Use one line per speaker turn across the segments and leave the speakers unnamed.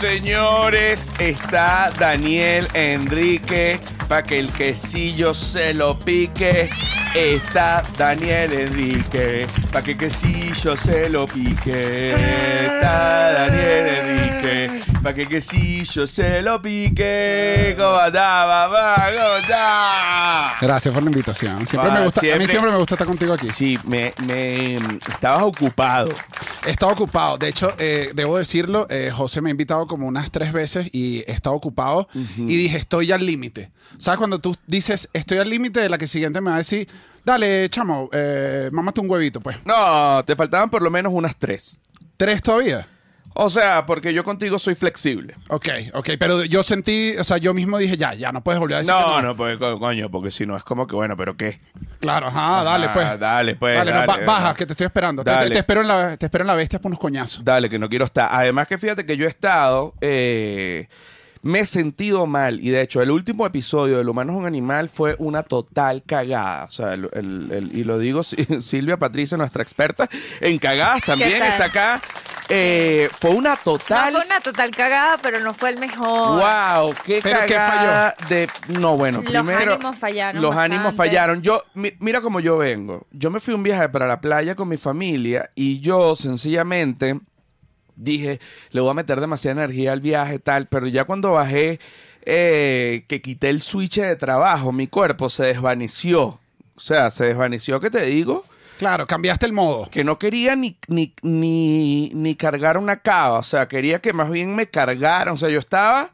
Señores, está Daniel Enrique para que el quesillo se lo pique. Está Daniel Enrique para que el quesillo se lo pique. Está Daniel Enrique para que el quesillo se lo pique. ¿Cómo está, papá? ¿Cómo está?
Gracias por la invitación. Siempre
Ah,
me gusta, A
siempre-
mí siempre me gusta estar contigo aquí.
Sí, me, me estabas ocupado.
He estado ocupado. De hecho, eh, debo decirlo, eh, José me ha invitado como unas tres veces y he estado ocupado. Y dije, estoy al límite. ¿Sabes? Cuando tú dices, estoy al límite, la que siguiente me va a decir, dale, chamo, eh, mámate un huevito, pues.
No, te faltaban por lo menos unas tres.
¿Tres todavía?
O sea, porque yo contigo soy flexible.
Ok, ok. Pero yo sentí, o sea, yo mismo dije, ya, ya, no puedes volver a decir que
No, no, porque co- coño, porque si no es como que bueno, pero qué.
Claro, ajá, dale,
Ah,
pues.
Dale, pues.
Dale, no, ba-
dale.
baja, que te estoy esperando. Te-
Dale.
Te, te espero en la, te espero en la bestia por unos coñazos.
Dale, que no quiero estar. Además que fíjate que yo he estado, eh, me he sentido mal y de hecho el último episodio del humano es un animal fue una total cagada. O sea, el- el- el- y lo digo Sil- Silvia Patricia, nuestra experta en cagadas también
tal?
está acá. Eh, fue una
No
total.
fue una total cagada, pero no fue el mejor.
Wow, qué
¿Pero qué
cagada de no bueno.
Los
primero,
ánimos fallaron
Los ánimos
bastante.
fallaron. Yo mi- mira cómo yo vengo. Yo me fui a un viaje para la playa con mi familia y yo sencillamente dije le voy a meter demasiada energía al viaje tal, pero ya cuando bajé eh, que quité el switch de trabajo, mi cuerpo se desvaneció. O sea, se desvaneció, ¿qué te digo?
Claro, cambiaste el modo.
que no quería ni, ni, ni, ni cargar una cava, o sea, quería que más bien me cargaran, o sea, yo estaba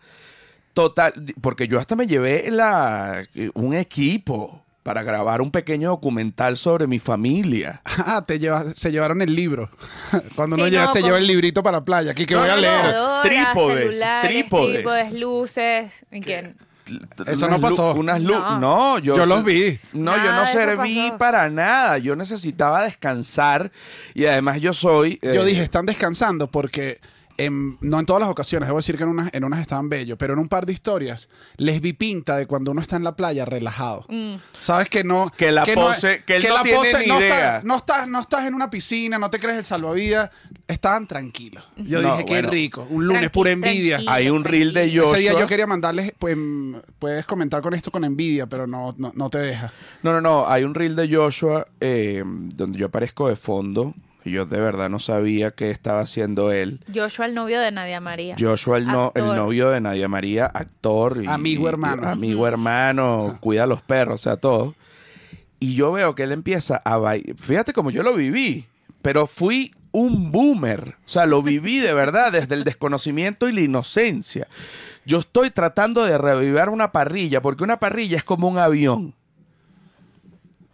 total, porque yo hasta me llevé la, un equipo para grabar un pequeño documental sobre mi familia.
Ah, te lleva- se llevaron el libro. Cuando uno
Sí,
llega,
no,
se
con-
lleva el librito para la playa. Aquí que voy a leer.
Computadoras,
Trípodes,
celulares,
trípodes.
trípodes, luces. ¿En quién?
Eso
Unas
no
lu-
pasó.
Unas lu- no.
No.
yo,
Yo los vi.
No, yo
Nada
no
de eso
serví
pasó.
para nada. Yo necesitaba descansar y además yo soy... eh,
Yo dije, están descansando porque en- no en todas las ocasiones, debo decir que en unas, en unas estaban bellos, pero en un par de historias les vi pinta de cuando uno está en la playa relajado.
Mm.
Sabes que no.
Que la
no-
pose- que él no tiene ni
no
idea.
Estás, no, estás, no estás en una piscina, no te crees el salvavidas. Estaban tranquilos. Yo
No,
dije, qué
bueno.
rico. Un lunes,
Tranqui-
pura envidia.
tranquilo,
Hay un reel de
tranquilo.
yo.
Ese día
Joshua.
yo quería mandarles, pues, mm, puedes comentar con esto con envidia, pero no, no, no te deja.
No, no, no. Hay un reel de Joshua eh, donde yo aparezco de fondo. Y yo de verdad no sabía qué estaba haciendo él.
Joshua, el novio de Nadia María.
Joshua, el, no- el
Actor.
novio de Nadia María, actor. y-
Amigo,
y-
hermano.
amigo, hermano, cuida a los perros, o sea, todo. Y yo veo que él empieza a bailar. Fíjate como yo lo viví, pero fui un boomer. O sea, lo viví de verdad desde el desconocimiento y la inocencia. Yo estoy tratando de revivir una parrilla, porque una parrilla es como un avión.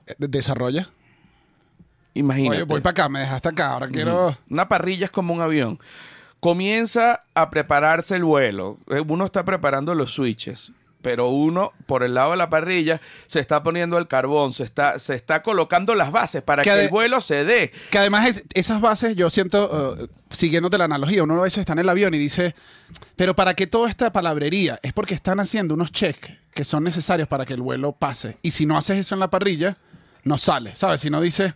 Eh, Desarrolla.
Imagínate.
Oye, pues voy para acá, me dejaste acá, ahora quiero...
Una parrilla es como un avión. Comienza a prepararse el vuelo. Eh, Uno está preparando los switches. Pero uno, por el lado de la parrilla, se está poniendo el carbón, se está, se está colocando las bases para
Que
que, el
ade-
vuelo se dé.
Que además es- esas bases, yo siento, eh, siguiéndote la analogía, uno a veces está en el avión y dice, pero ¿para qué toda esta palabrería? Es porque están haciendo unos checks que son necesarios para que el vuelo pase. Y si no haces eso en la parrilla, no sale, ¿sabes? Si no dices...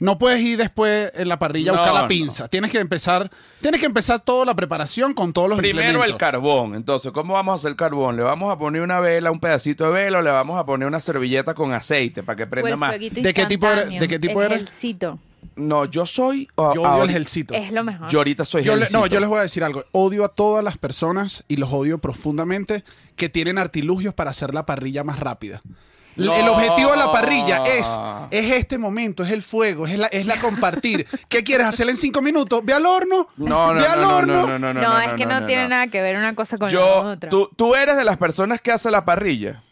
No puedes ir después en la parrilla a buscar
No,
la
no.
pinza. Tienes que empezar, tienes que empezar toda la preparación con todos los
Primero el
implementos.
carbón. Entonces, ¿cómo vamos a hacer carbón? ¿Le vamos a poner una vela, un pedacito de vela o le vamos a poner una servilleta con aceite para que
O
prenda
el
más?
fueguito
¿De qué tipo era-
instantáneo,
de qué tipo
el
era?
gelcito.
No, yo soy...
Yo odio el
ahorita-
gelcito.
Es lo mejor.
Yo ahorita soy
Yo le- no,
gelcito.
yo les voy a decir algo. Odio a todas las personas y los odio profundamente que tienen artilugios para hacer la parrilla más rápida. L-
No.
El objetivo de la parrilla es, es este momento, es el fuego, es la, es la compartir. ¿Qué quieres hacer en cinco minutos? Ve al horno.
No, no,
ve al
no, no,
horno.
no, no, no,
no,
no,
es que no, tiene
no.
nada que ver una cosa con la
Yo,
otra.
tú, tú eres de las personas que hace la parrilla.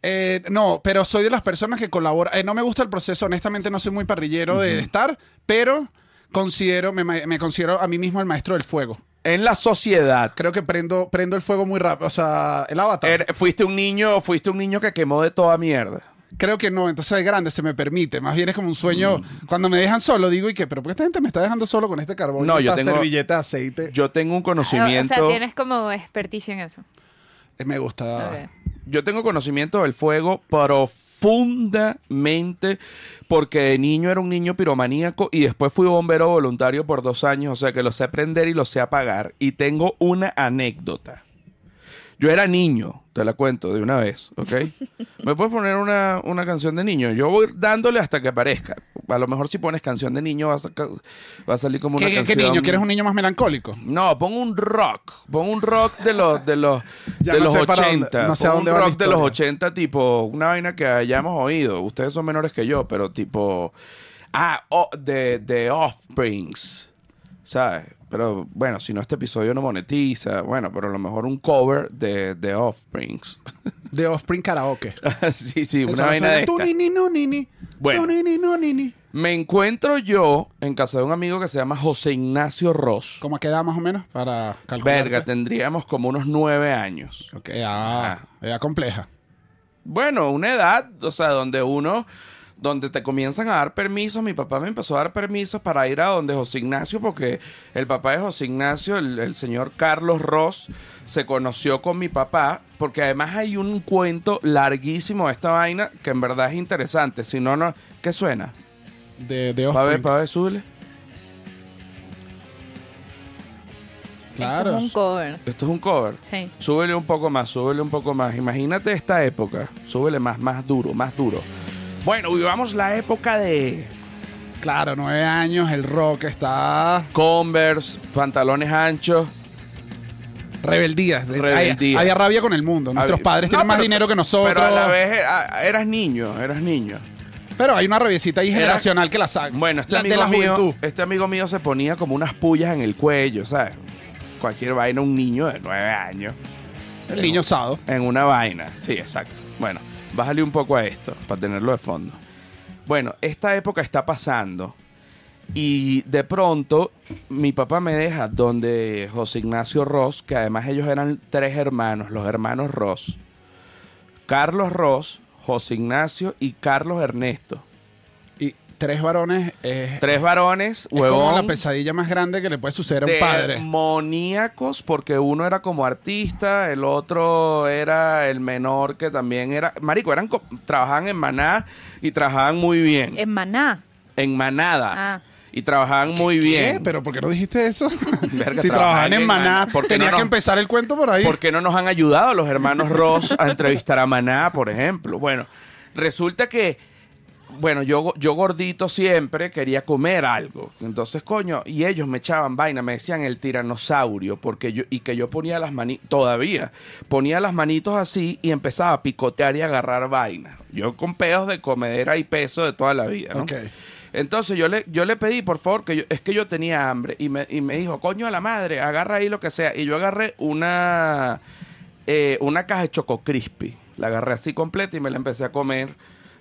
Eh, no, pero soy de las personas que colaboran. no me gusta el proceso, honestamente no soy muy parrillero de estar, pero considero, me, ma- me considero a mí mismo el maestro del fuego.
En la sociedad.
Creo que prendo, prendo el fuego muy rápido. O sea, el avatar.
er- fuiste un niño, fuiste un niño que quemó de toda mierda.
Creo que no, entonces de grande se me permite. Más bien es como un sueño.
Mm.
Cuando me dejan solo, digo, ¿y qué? ¿Pero por qué esta gente me está dejando solo con este carbón?
No,
y
yo
esta
tengo-
servilleta de aceite.
Yo tengo un
Ah, o
conocimiento.
sea, tienes como experticia en eso.
Eh, Me gusta.
Ok.
Yo tengo conocimiento del fuego profundo. profundamente porque de niño era un niño piromaníaco y después fui bombero voluntario por dos años, o sea que lo sé prender y lo sé apagar. Y tengo una anécdota. Yo era niño, te la cuento de una vez, ¿ok? Me puedes poner una, una canción de niño. Yo voy dándole hasta que aparezca. A lo mejor si pones canción de niño va a, saca- va a salir como
¿Qué,
una
qué- qué
canción...
niño? ¿Quieres un niño más melancólico?
No, pon un rock. Pon un rock de los de los
Ya
de
no
los
sé para
80.
dónde- no sé
Pon
a dónde
un
va la
rock de los
historia.
80 tipo una vaina que hayamos oído. Ustedes son menores que yo, pero tipo ah, oh, de de Offsprings. ¿Sabes? Pero bueno, si no este episodio no monetiza, bueno, pero a lo mejor un cover de de Offsprings.
De Offspring Karaoke.
sí, sí,
Eso
una
no
vaina
suena.
de
Tu
esta.
ni, ni, no, ni, ni.
Bueno.
Tu ni, ni, no, ni, ni.
Me encuentro yo en casa de un amigo que se llama José Ignacio Ross.
¿Cómo queda más o menos para calcular?
Verga, tendríamos como unos nueve años.
Ok, ah, era compleja.
Bueno, una edad, o sea, donde uno, donde te comienzan a dar permisos. Mi papá me empezó a dar permisos para ir a donde José Ignacio, porque el papá de José Ignacio, el, el señor Carlos Ross, se conoció con mi papá, porque además hay un cuento larguísimo de esta vaina que en verdad es interesante. Si no, no, ¿qué suena?
De, de
Pa' ver,
Offspring.
pa' ver, súbele.
Esto
Claro.
es un cover.
Esto es un cover.
Sí.
Súbele un poco más, súbele un poco más. Imagínate esta época. Súbele más, más duro, más duro. Bueno, vivamos la época de
Claro, nueve años, el rock está
Converse, pantalones anchos.
rebeldía. de-
Rebeldía.
Había, había rabia con el mundo. Nuestros
Hab-
padres
No,
tienen más
pero-
dinero que nosotros.
Pero a la vez era- eras niño, eras niño.
Pero hay una rabiecita ahí
Era-
generacional que la saca.
Bueno, este,
La- de
amigo
la
mío,
juventud.
este amigo mío se ponía como unas pullas en el cuello, ¿sabes? Cualquier vaina, un niño de nueve años.
El niño osado.
En una vaina, sí, exacto. Bueno, bájale un poco a esto para tenerlo de fondo. Bueno, esta época está pasando y de pronto mi papá me deja donde José Ignacio Ross, que además ellos eran tres hermanos, los hermanos Ross. Carlos Ross, José Ignacio y Carlos Ernesto.
Y tres varones es,
Tres varones,
es como
huevón,
la pesadilla más grande que le puede suceder a un padre.
demoníacos porque uno era como artista, el otro era el menor que también era, marico, eran co- trabajaban en Maná y trabajaban muy bien,
En Maná.
en manada
Eh. Ah.
y trabajaban muy bien.
¿Qué? ¿Pero por qué no dijiste eso?
Verga,
si trabajan en Maná,
¿por qué
tenías
no
que
nos-
empezar el cuento por ahí.
¿Por qué no nos han ayudado los hermanos Ross a entrevistar a Maná, por ejemplo? Bueno, resulta que, bueno, yo, yo gordito siempre quería comer algo. Entonces, coño, y ellos me echaban vaina, me decían el tiranosaurio, porque yo, y que yo ponía las manitos, todavía, ponía las manitos así y empezaba a picotear y a agarrar vaina. Yo con pedos de comedera y peso de toda la vida, ¿no?
Ok.
Entonces yo le, yo le pedí, por favor, que yo, es que yo tenía hambre. Y me, y me dijo, coño a la madre, agarra ahí lo que sea. Y yo agarré una, eh, una caja de Choco Crispy. La agarré así completa y me la empecé a comer.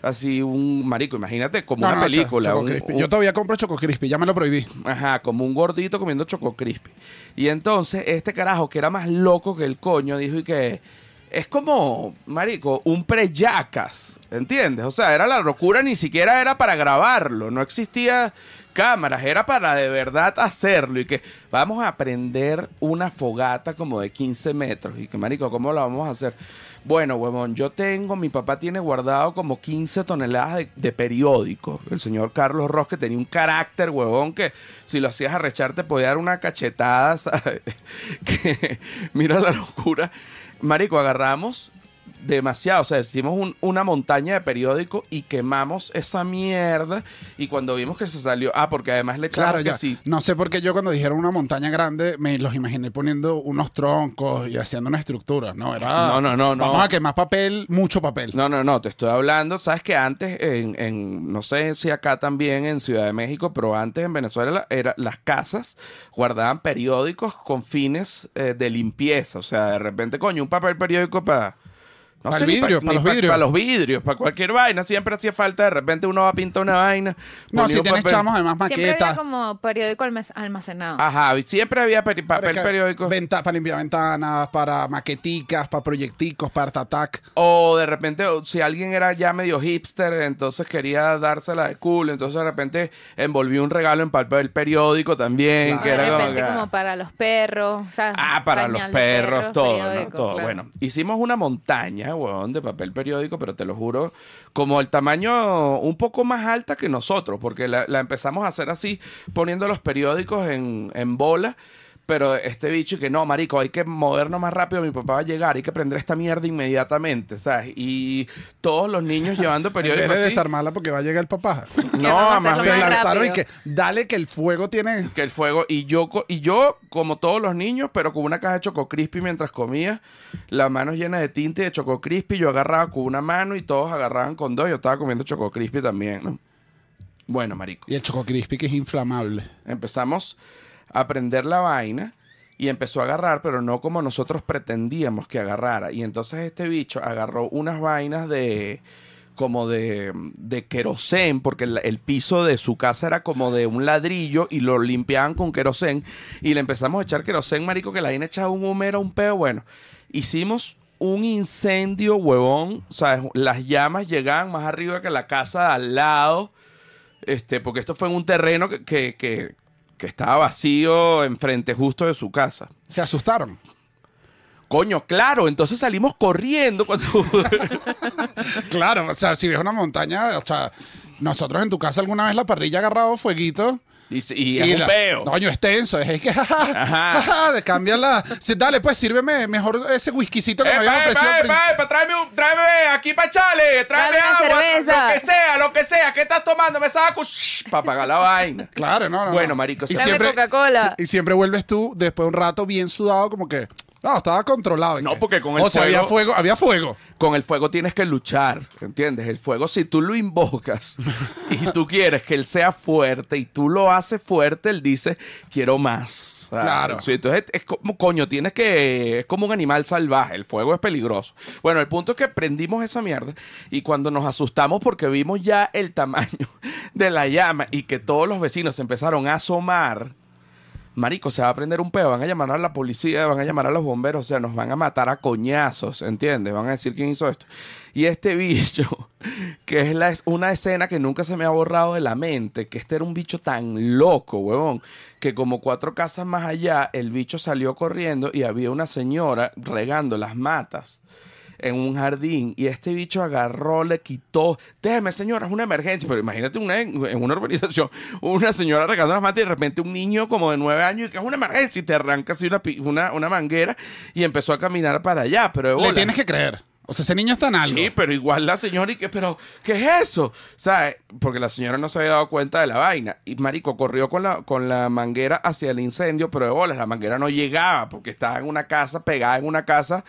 Así un marico, imagínate, como
No,
una
no,
película.
Choco
un-
Crispy.
un-
Yo todavía compro Choco Crispy, ya me lo prohibí.
Ajá, como un gordito comiendo Choco Crispy. Y entonces este carajo, que era más loco que el coño, dijo y que es como, marico, un preyacas, ¿entiendes? O sea, era la locura, ni siquiera era para grabarlo, no existía cámaras, era para de verdad hacerlo y que vamos a prender una fogata como de 15 metros y que, marico, ¿cómo la vamos a hacer? Bueno, huevón, yo tengo, mi papá tiene guardado como 15 toneladas de, de periódico. El señor Carlos Ross, que tenía un carácter, huevón, que si lo hacías arrechar te podía dar una cachetada, ¿sabes? Que, mira la locura. Marico, agarramos demasiado, o sea, hicimos un- una montaña de periódico y quemamos esa mierda. Y cuando vimos que se salió, ah, porque además le echamos
Claro,
que
ya.
sí.
No sé por qué yo cuando dijeron una montaña grande me los imaginé poniendo unos troncos y haciendo una estructura. No, era.
No, no, no, no.
Vamos a quemar papel, mucho papel.
No, no, no, te estoy hablando, sabes que antes, en, en- no sé si acá también en Ciudad de México, pero antes en Venezuela la- era, las casas guardaban periódicos con fines eh, de limpieza, o sea, de repente, coño, un papel periódico para... No
Pa'l
sé, ni
vidrio,
ni
pa' los vidrios.
Para los vidrios, para cualquier vaina, siempre hacía falta, de repente uno va a pintar una vaina.
No,
ponía
si
un
tienes
papel-
chamos, además
Siempre era
maquetas.
como periódico almac- almacenado.
Ajá, y siempre había peri-
para
papel
que-
periódico.
venta- para limpiar ventanas, para maqueticas, para proyecticos, para tatac.
O de repente, o si alguien era ya medio hipster, entonces quería dársela de cool, entonces de repente envolvió un regalo en papel periódico también.
Claro.
Que
de
era como
repente
que-
como para los perros, o sea,
Ah, para los
pañal de
perros, todo, ¿no?
periódico,
Todo.
claro.
Bueno, hicimos una montaña, hoja, huevón, de papel periódico, pero te lo juro, como el tamaño un poco más alta que nosotros, porque la, la empezamos a hacer así, poniendo los periódicos en, en bola. Pero este bicho y que no, marico, hay que movernos más rápido, mi papá va a llegar, hay que prender esta mierda inmediatamente, ¿sabes? Y todos los niños llevando
En vez
periódicos
de
así.
desarmarla porque va a llegar el papá.
No,
Vamos a
más
hacerlo
Se
bien
más
lanzaron y
rápido.
que dale que el fuego tiene.
que el fuego y yo co- y yo como todos los niños pero con una caja de choco crispy mientras comía las manos llenas de tinte y de choco crispy yo agarraba con una mano y todos agarraban con dos yo estaba comiendo choco crispy también ¿no? bueno marico
Y el Choco Crispy que es inflamable.
empezamos a aprender la vaina y empezó a agarrar, pero no como nosotros pretendíamos que agarrara. Y entonces este bicho agarró unas vainas de como de, de querosén, porque el, el piso de su casa era como de un ladrillo y lo limpiaban con querosén. Y le empezamos a echar querosén, marico, que la vaina echaba un humero, un peo. Bueno, hicimos un incendio, huevón. ¿sabes? Las llamas llegaban más arriba que la casa de al lado este, porque esto fue en un terreno que, que, que- que estaba vacío enfrente justo de su casa.
Se asustaron.
Coño, claro, entonces salimos corriendo cuando...
Claro, o sea, si ves una montaña, o sea, nosotros en tu casa alguna vez la parrilla ha agarrado fueguito.
y, se- y es un
la-
peo.
Coño, es tenso. Es que,
Ajá.
ajá, cambian la. sí, Dale, pues sírveme mejor ese whiskycito que me habían
Epa,
ofrecido.
epa,
al principio.
epa, epa, tráeme, un- tráeme aquí pa' chale, tráeme
Dame una
agua,
cerveza.
lo que sea, lo que sea, ¿qué estás tomando? Me saco para pagar la vaina.
Claro, no, no.
Bueno,
no.
marico,
y
se-
Dame
siempre,
Coca-Cola.
y siempre vuelves tú después de un rato bien sudado, como que. No, estaba controlado. y
No,
que-
porque con el
O sea, había
fuego-
fuego. Había fuego.
Con el fuego tienes que luchar, ¿entiendes? El fuego, si tú lo invocas y tú quieres que él sea fuerte y tú lo haces fuerte, él dice, quiero más. ¿sabes?
Claro.
Sí, entonces es como, coño, tienes que, es como un animal salvaje, el fuego es peligroso. Bueno, el punto es que prendimos esa mierda y cuando nos asustamos porque vimos ya el tamaño de la llama y que todos los vecinos se empezaron a asomar. Marico, se va a prender un peo, van a llamar a la policía, van a llamar a los bomberos, o sea, nos van a matar a coñazos, ¿entiendes? Van a decir quién hizo esto. Y este bicho, que es la, es una escena que nunca se me ha borrado de la mente, que este era un bicho tan loco, huevón, que como cuatro casas más allá, el bicho salió corriendo y había una señora regando las matas en un jardín y este bicho agarró, le quitó, déjeme señora, es una emergencia, pero imagínate una, en en una urbanización, una señora regando las matas y de repente un niño como de nueve años y que es una emergencia y te arranca así una, pi- una, una manguera y empezó a caminar para allá, pero de
Le
bola.
tienes que creer. O sea, ese niño está en algo.
Sí, pero igual la señora y que, pero, ¿qué es eso? ¿Sabes? Porque la señora no se había dado cuenta de la vaina. Y Marico corrió con la, con la manguera hacia el incendio, pero de bolas, la manguera no llegaba porque estaba en una casa, pegada en una casa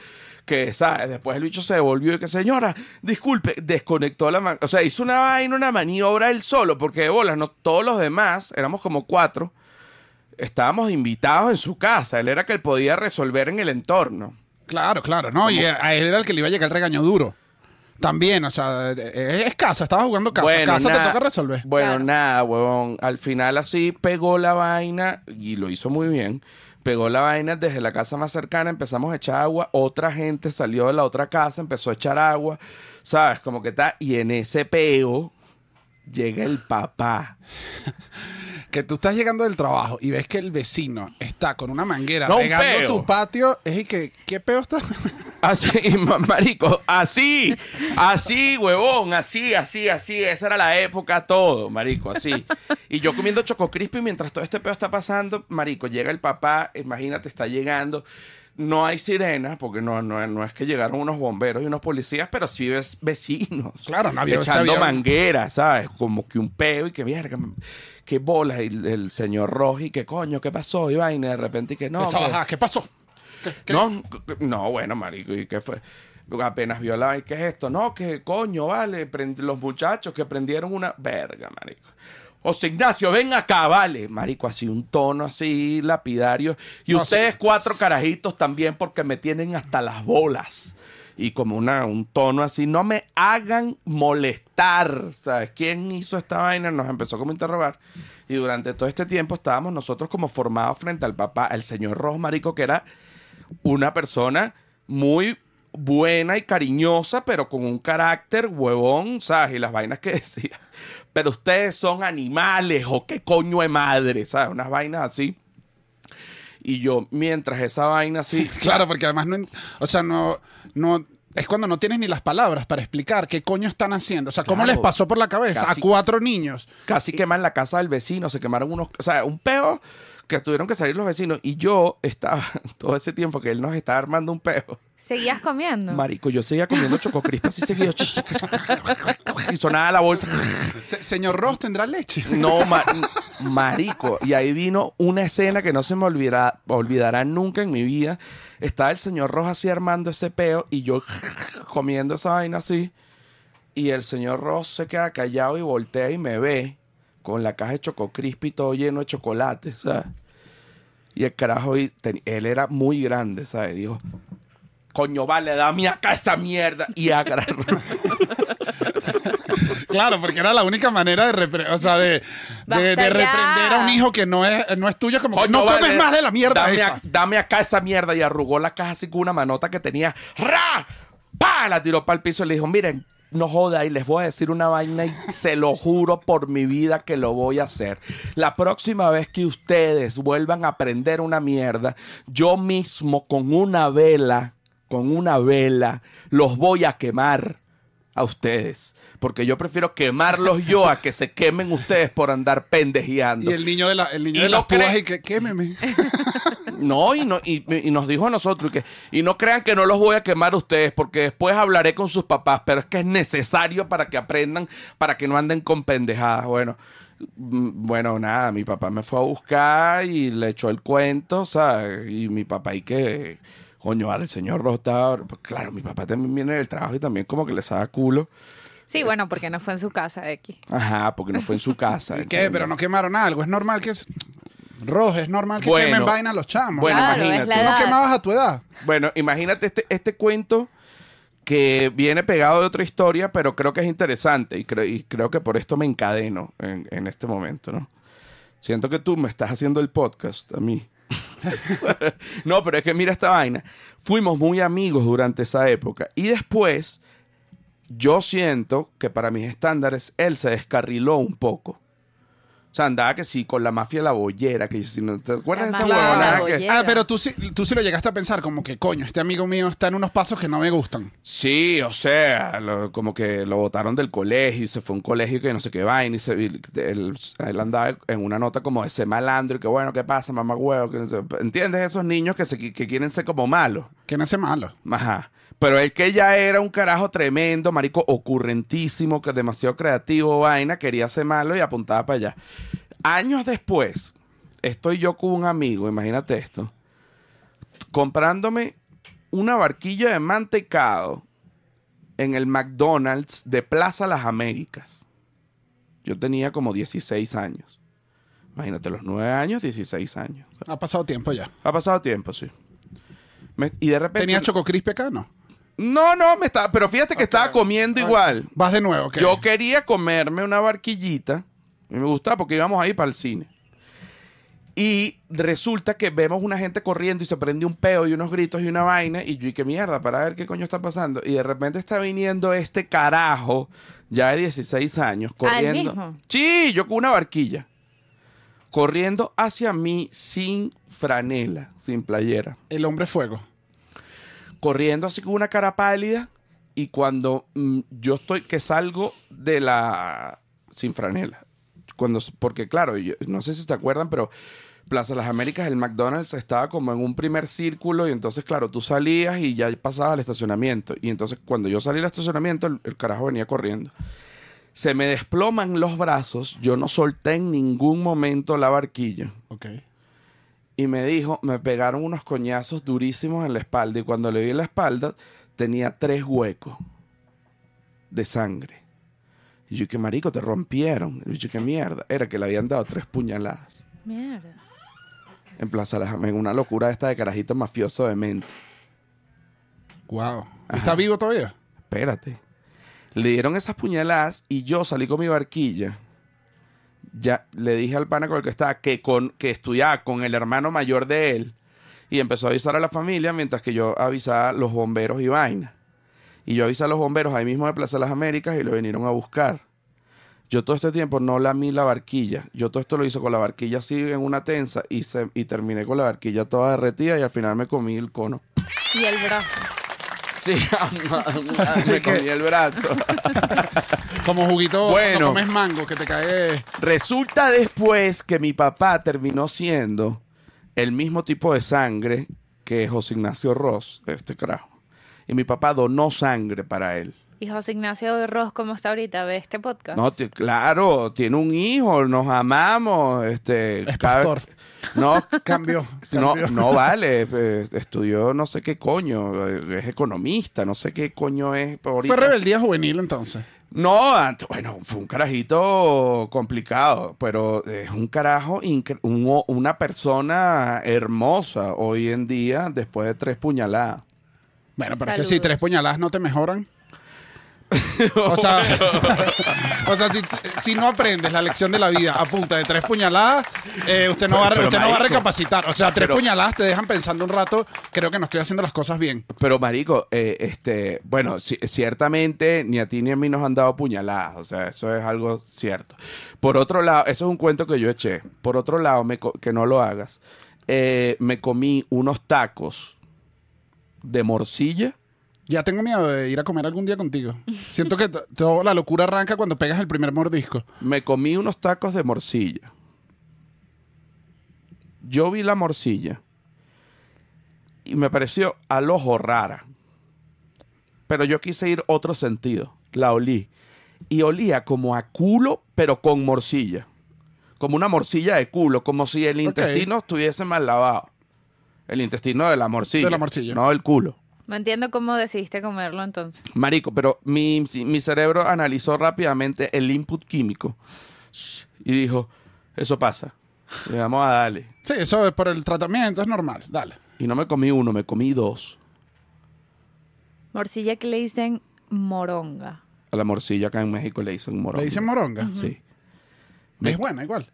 que, ¿sabes? Después el bicho se devolvió y que, señora, disculpe, desconectó la manguera. O sea, hizo una vaina, una maniobra él solo, porque de bolas, no, todos los demás, éramos como cuatro, estábamos invitados en su casa. Él era que él podía resolver en el entorno.
Claro, claro, no, y a a él era el que le iba a llegar el regaño duro. También, o sea, eh, es es casa, estaba jugando casa, casa te
nada.
toca resolver.
Bueno,
Claro.
nada, huevón. Al final así pegó la vaina y lo hizo muy bien. Pegó la vaina desde la casa más cercana, empezamos a echar agua, otra gente salió de la otra casa, empezó a echar agua, ¿sabes? Como que está, y en ese pego llega el papá.
Que tú estás llegando del trabajo y ves que el vecino está con una manguera
No, un
regando
peo.
tu patio, es y que, ¿qué peo está?
Así, ma- marico, así, así, huevón, así, así, así. Esa era la época, todo, marico, así. Y yo comiendo Choco Crispy mientras todo este pedo está pasando, marico, llega el papá, imagínate, está llegando. No hay sirenas, porque no, no, no es que llegaron unos bomberos y unos policías, pero sí ves vecinos.
Claro, no había-
Echando
había-
manguera, ¿sabes? Como que un peo y que verga, qué bolas. Y el, el señor Roji, que coño, ¿qué pasó? Y vaina, de repente, y que no.
Esa
que-
bajada, ¿Qué pasó?
no, c- c- no, bueno, marico, ¿y qué fue? Apenas vio la ¿qué es esto? No, que coño, vale, prend- los muchachos que prendieron una verga, marico. José Ignacio, ven acá, vale. Marico, así un tono así lapidario. Y
No,
ustedes
sí.
cuatro carajitos también porque me tienen hasta las bolas. Y como una, un tono así, no me hagan molestar. ¿Sabes quién hizo esta vaina? Nos empezó como a interrogar. Y durante todo este tiempo estábamos nosotros como formados frente al papá, el señor Rojo Marico, que era una persona muy buena y cariñosa, pero con un carácter huevón, ¿sabes? Y las vainas que decía. Pero ustedes son animales o qué coño de madre, ¿sabes? Unas vainas así. Y yo, mientras esa vaina así,
Claro, porque además no, en- o sea, no, no, es cuando no tienes ni las palabras para explicar qué coño están haciendo. O sea, cómo
Claro.
les pasó por la cabeza
Casi-
a cuatro niños.
Casi queman la casa del vecino, se quemaron unos, o sea, un peo que tuvieron que salir los vecinos y yo estaba todo ese tiempo que él nos estaba armando un peo.
¿Seguías comiendo?
Marico, yo seguía comiendo chococrispa así seguido y sonaba la bolsa.
Se- señor Ross tendrá leche.
No, ma- marico. Y ahí vino una escena que no se me olvidará, olvidará nunca en mi vida. Estaba el señor Rojas así armando ese peo y yo comiendo esa vaina así. Y el señor Ross se queda callado y voltea y me ve con la caja de Choco Crispy todo lleno de chocolate, ¿sabes? Y el carajo, y ten- él era muy grande, ¿sabes? Dijo, coño, vale, dame acá esa mierda. Y agarró.
Claro, porque era la única manera de, repre- o sea, de, de- de
Basta ya.
reprender a un hijo que no es, no es tuyo, como que
Coño,
no comes
vale,
más de la mierda
dame,
esa.
a- dame acá esa mierda. Y arrugó la caja así con una manota que tenía. ¡Ra! ¡Pa! La tiró para el piso y le dijo, miren, no joda y les voy a decir una vaina y se lo juro por mi vida que lo voy a hacer. La próxima vez que ustedes vuelvan a prender una mierda, yo mismo con una vela, con una vela, los voy a quemar a ustedes. Porque yo prefiero quemarlos yo a que se quemen ustedes por andar pendejeando.
Y el niño de la, el niño
Y
de
no
las púas
cre-
y que quémeme.
No, y, no y, y nos dijo a nosotros que, y no crean que no los voy a quemar a ustedes, porque después hablaré con sus papás, pero es que es necesario para que aprendan, para que no anden con pendejadas. Bueno, mm, bueno, nada, mi papá me fue a buscar y le echó el cuento, o sea, y mi papá y que, coño, vale, el señor Rosta, pues claro, mi papá también viene del trabajo y también como que le saca culo.
Sí, bueno, porque no fue en su casa, X.
Ajá, porque no fue en su casa.
¿Y qué?
¿entiendes?
Pero no quemaron algo. Es normal que. es- Ross, es normal que
Bueno.
quemen vainas los chamos.
Bueno,
claro, es
imagínate.
la
¿Tú no
edad.
quemabas a tu edad?
Bueno, imagínate este, este cuento que viene pegado de otra historia, pero creo que es interesante y, creo- y creo que por esto me encadeno en, en este momento, ¿no? Siento que tú me estás haciendo el podcast a mí. no, pero es que mira esta vaina. Fuimos muy amigos durante esa época y después yo siento que para mis estándares él se descarriló un poco. O sea, andaba que sí, con la mafia la bollera, que yo- si no te acuerdas de esa
mafia la
huevonada que...
bollera.
Ah, pero tú sí, tú sí lo llegaste a pensar, como que coño, este amigo mío está en unos pasos que no me gustan.
Sí, o sea, lo- como que lo botaron del colegio y se fue a un colegio que no sé qué vaina y, se, y él, él andaba en una nota como de ser malandro y que bueno, ¿qué pasa, mamá huevo? Que no sé- ¿Entiendes? Esos niños que, se, qui- que quieren ser como malos.
Que no hace malo.
Ajá. Pero él que ya era un carajo tremendo, marico, ocurrentísimo, que demasiado creativo, vaina, quería ser malo y apuntaba para allá. Años después, estoy yo con un amigo, imagínate esto, comprándome una barquilla de mantecado en el McDonald's de Plaza Las Américas. Yo tenía como 16 años. Imagínate, los 9 años, 16 años.
Ha pasado tiempo ya.
Ha pasado tiempo, sí. Me- y de repente...
¿Tenías Choco Crispy acá? No.
No, no, me estaba, pero fíjate que estaba comiendo igual.
Vas de nuevo. ¿qué?
Yo quería comerme una barquillita. Y me gustaba porque íbamos ahí para el cine. Y resulta que vemos una gente corriendo y se prende un peo y unos gritos y una vaina. Y yo, y qué mierda, para ver qué coño está pasando. Y de repente está viniendo este carajo, ya de 16 años, corriendo.
mismo?
Sí, yo con una barquilla. Corriendo hacia mí sin franela, sin playera
El hombre fuego.
corriendo así con una cara pálida y cuando mm, yo estoy que salgo de la sin franela cuando porque claro yo- no sé si te acuerdan pero Plaza Las Américas el McDonald's estaba como en un primer círculo y entonces claro tú salías y ya pasabas al estacionamiento y entonces cuando yo salí al estacionamiento el, el carajo venía corriendo se me desploman los brazos yo no solté en ningún momento la barquilla
Ok.
y me dijo, me pegaron unos coñazos durísimos en la espalda y cuando le vi en la espalda tenía tres huecos de sangre. Y yo, que marico, te rompieron. Y yo, que mierda. Era que le habían dado tres puñaladas
Mierda.
en Plaza Las Américas. Una locura esta de carajito mafioso de mente.
Wow. ¿Está vivo todavía?
Espérate. Le dieron esas puñaladas y yo salí con mi barquilla. Ya le dije al pana con el que estaba que, con, que estudiaba con el hermano mayor de él. Y empezó a avisar a la familia mientras que yo avisaba a los bomberos y vaina. Y yo avisé a los bomberos ahí mismo de Plaza Las Américas y lo vinieron a buscar. Yo todo este tiempo no lamí la barquilla. Yo todo esto lo hice con la barquilla así en una tensa y, se- y terminé con la barquilla toda derretida y al final me comí el cono.
Y el brazo.
Sí, me comí el brazo.
Como juguito
Bueno.
cuando comes mango, que te cae.
Resulta después que mi papá terminó siendo el mismo tipo de sangre que José Ignacio Ross, este carajo. Y mi papá donó sangre para él.
Y José Ignacio Ross, ¿cómo está ahorita? ¿Ve este podcast?
No, ti- claro, tiene un hijo, nos amamos. Este,
Es
cada-
pastor.
No,
Cambió.
no,
cambió.
no vale. eh, Estudió no sé qué coño. eh, Es economista, no sé qué coño es. ahorita.
Fue rebeldía juvenil entonces.
No, antes- bueno, fue un carajito complicado, pero es un carajo, incre- un o- una persona hermosa hoy en día después de tres puñaladas.
Bueno, pero es que
Saludos.
si tres puñaladas no te mejoran. o sea, o sea si, si no aprendes la lección de la vida a punta de tres puñaladas, eh, usted, no va, a-
Pero, pero,
usted no va a
marico,
recapacitar. O sea, tres
pero-
puñaladas te dejan pensando un rato, creo que no estoy haciendo las cosas bien.
Pero, marico, eh, este, bueno, ci- ciertamente ni a ti ni a mí nos han dado puñaladas, o sea, eso es algo cierto. Por otro lado, eso es un cuento que yo eché. Por otro lado, me co- que no lo hagas, eh, me comí unos tacos de morcilla.
Ya tengo miedo de ir a comer algún día contigo. Siento que t- toda la locura arranca cuando pegas el primer mordisco.
Me comí unos tacos de morcilla. Yo vi la morcilla y me pareció al ojo rara. Pero yo quise ir otro sentido. La olí. Y olía como a culo, pero con morcilla. Como una morcilla de culo, como si el intestino estuviese mal lavado. El intestino de la morcilla.
De la morcilla.
No del culo.
No entiendo cómo decidiste comerlo entonces.
Marico, pero mi, si- mi cerebro analizó rápidamente el input químico y dijo, eso pasa, le vamos a darle.
Sí, eso es por el tratamiento, es normal. Dale.
Y no me comí uno, me comí dos.
Morcilla que le dicen moronga.
A la morcilla acá en México le dicen morón.
Le dicen moronga.
Sí.
Es buena igual.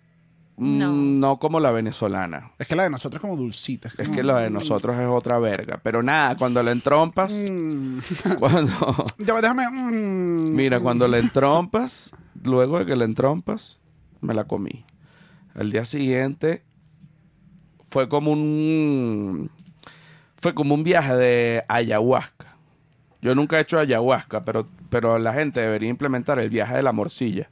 Mm,
No.
No. como la venezolana.
Es que la de nosotros es como dulcita.
Es que la
Mm.
de nosotros es otra verga. Pero nada, cuando la entrompas, cuando...
mm, Ya va, déjame. mm.
Mira, cuando la entrompas, luego de que la entrompas, me la comí. Al día siguiente fue como un fue como un viaje de ayahuasca. Yo nunca he hecho ayahuasca, pero pero la gente debería implementar el viaje de la morcilla.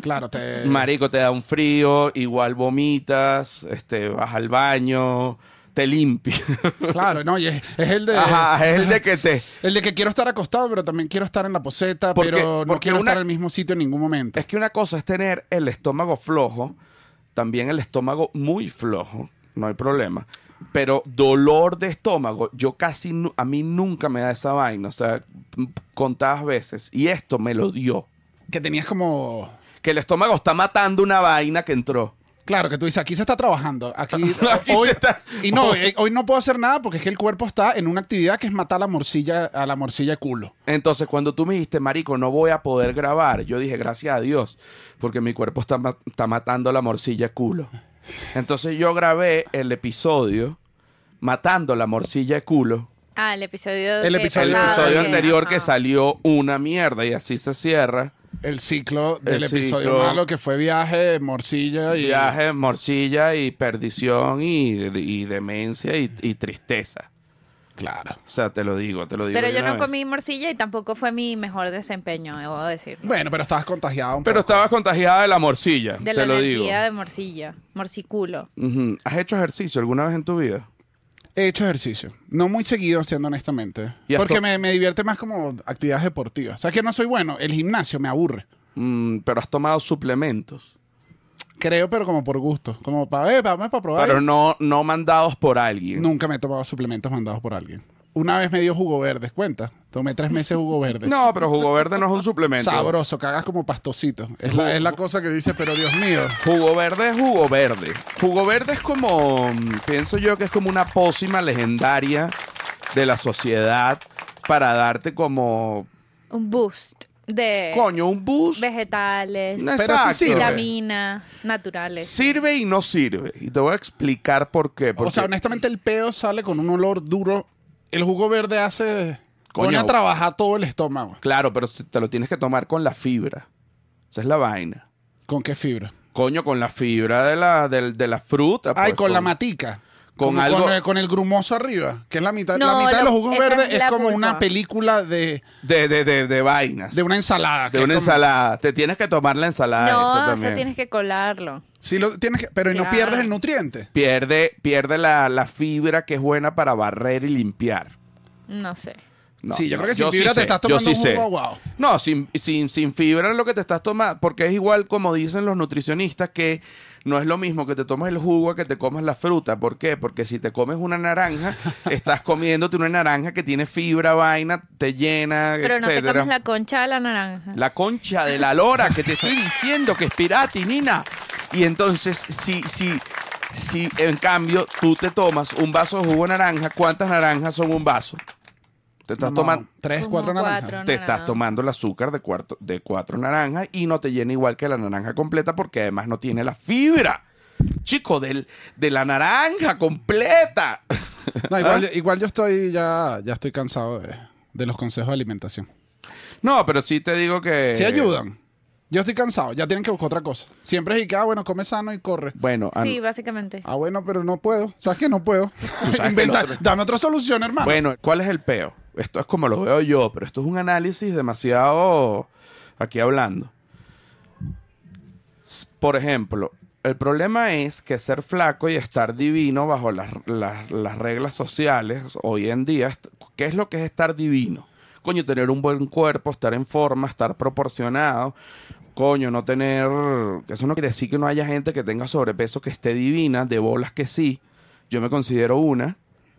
Claro, te.
Marico, te da un frío, igual vomitas, este vas al baño, te limpias.
Claro, no, y es, es el de.
Ajá, es el de que te
El de que quiero estar acostado, pero también quiero estar en la poseta,
Porque-
pero no
porque
quiero
una-
estar en el mismo sitio en ningún momento.
Es que una cosa es tener el estómago flojo, también el estómago muy flojo, no hay problema. Pero dolor de estómago, yo casi, nu- a mí nunca me da esa vaina, o sea, m- contadas veces. Y esto me lo dio.
Que tenías como.
Que el estómago está matando una vaina que entró.
Claro, que tú dices, aquí se está trabajando. Aquí,
Aquí
hoy,
se está-
Y no, eh, hoy no puedo hacer nada porque es que el cuerpo está en una actividad que es matar la morcilla, a la morcilla de culo.
Entonces, cuando tú me dijiste, marico, no voy a poder grabar, yo dije, gracias a Dios, porque mi cuerpo está, ma- está matando la morcilla culo. Entonces, yo grabé el episodio matando la morcilla culo.
Ah, el episodio
El
que
episodio-
el
pasado
episodio
que-
anterior que
ajá.
salió una mierda y así se cierra.
El ciclo del
El
episodio
ciclo.
malo que fue viaje, morcilla y.
Viaje, morcilla y perdición y, y demencia y, y tristeza.
Claro.
O sea, te lo digo, te lo digo.
Pero
de
yo
una
no
vez.
comí morcilla y tampoco fue mi mejor desempeño, debo decir.
Bueno, pero estabas contagiado un
Pero
poco.
estabas contagiada de la morcilla,
De
te
la
lo
energía
digo.
de morcilla, morciculo.
Ujú. ¿Has hecho ejercicio alguna vez en tu vida?
He hecho ejercicio. No muy seguido, siendo honestamente.
¿Y has
Porque
to-
me, me divierte más como actividades deportivas. O sea, que no soy bueno. El gimnasio me aburre.
Mm, pero has tomado suplementos.
Creo, pero como por gusto. Como para eh, vamos para probar.
Pero no, no mandados por alguien.
Nunca me he tomado suplementos mandados por alguien. Una vez me dio jugo verde, cuenta. Tomé tres meses jugo verde.
No, pero jugo verde no es un suplemento.
Sabroso, cagas como pastosito. Es la, es la cosa que dices, pero Dios mío.
Jugo verde es jugo verde. Jugo verde es como, mm, pienso yo que es como una pócima legendaria de la sociedad para darte como,
Un boost de
coño, un bus.
vegetales,
No,
Pero sí sirve.
vitaminas naturales.
Sirve y no sirve. Y te voy a explicar por qué.
O
porque-
sea, honestamente, el peo sale con un olor duro. El jugo verde hace.
Coño.
Pone a trabajar todo el estómago.
Claro, pero si- te lo tienes que tomar con la fibra. Esa es la vaina.
¿Con qué fibra?
Coño, con la fibra de la, del- de, la fruta.
Ay,
pues,
con la matica.
con
Como
algo
Con, eh, con el grumoso arriba, que es la mitad. la
No,
mitad de
lo-
los jugos
esa es
verdes es,
la
como
pulpa.
una película de,
de, de, de, de vainas.
de una ensalada. que
De
es
una
como-
ensalada. Te tienes que tomar la
Ah,
ensalada esa
No,
también.
eso tienes que colarlo.
Sí, lo tienes que- pero y no
Claro.
pierdes el nutriente.
Pierde, pierde la, la fibra que es buena para barrer y limpiar.
No sé.
No,
sí, yo
no,
creo que sin
sé,
fibra te estás
yo
tomando
sí
un
sé.
jugo guau.
No, sin, sin, sin fibra es lo que te estás tomando, porque es igual como dicen los nutricionistas que no es lo mismo que te tomes el jugo a que te comas la fruta. ¿Por qué? Porque si te comes una naranja, estás comiéndote una naranja que tiene fibra, vaina, te llena,
Pero no te
etcétera.
comes la concha de la naranja.
La concha de la lora que te estoy diciendo que es piratinina. Y entonces, si, si, si en cambio tú te tomas un vaso de jugo de naranja, ¿cuántas naranjas son un vaso? Te estás
Como
tomando.
Tres,
Como
cuatro naranjas.
cuatro.
Te
naranjas.
estás tomando el azúcar de, cuarto, de cuatro naranjas y no te llena igual que la naranja completa porque además no tiene la fibra. Chico, del, de la naranja completa.
No,
¿Ah?
igual, igual yo estoy ya, ya estoy cansado de, de los consejos de alimentación.
No, pero sí te digo que...
Si ayudan. Yo estoy cansado, ya tienen que buscar otra cosa. Siempre es y que, ah, bueno, come sano y corre.
Bueno, an-
Sí, básicamente.
Ah, bueno, pero no puedo. ¿Sabes que no puedo?
que el
Inventa-
otro-
Dame otra solución, hermano.
Bueno, ¿cuál es el peo? Esto es como lo veo yo, pero esto es un análisis demasiado aquí hablando. S- Por ejemplo, el problema es que ser flaco y estar divino bajo las, las- las reglas sociales hoy en día, est- ¿qué es lo que es estar divino? Coño, tener un buen cuerpo, estar en forma, estar proporcionado. Coño, no tener... Eso no quiere decir que no haya gente que tenga sobrepeso, que esté divina, de bolas que sí. Yo me considero una.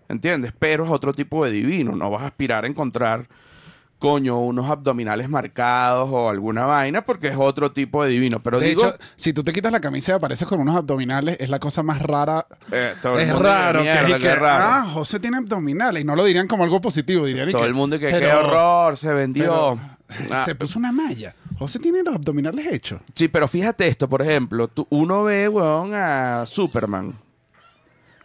¿Entiendes? Pero es otro tipo de divino. No vas a aspirar a encontrar, coño, unos abdominales marcados o alguna vaina porque es otro tipo de divino. Pero
de
digo,
hecho, si tú te quitas la camisa y apareces con unos abdominales, es la cosa más rara.
eh, todo el
Es
mundo dice,
raro.
"Mierda,
que,
qué raro".
Ah, José tiene abdominales. Y no lo dirían como algo positivo, dirían y
todo
que,
el mundo que
pero-
qué horror, se vendió.
pero-
Ah,
Se puso una malla. José tiene los abdominales hechos.
Sí, pero fíjate esto, por ejemplo, tú- uno ve, weón, a Superman,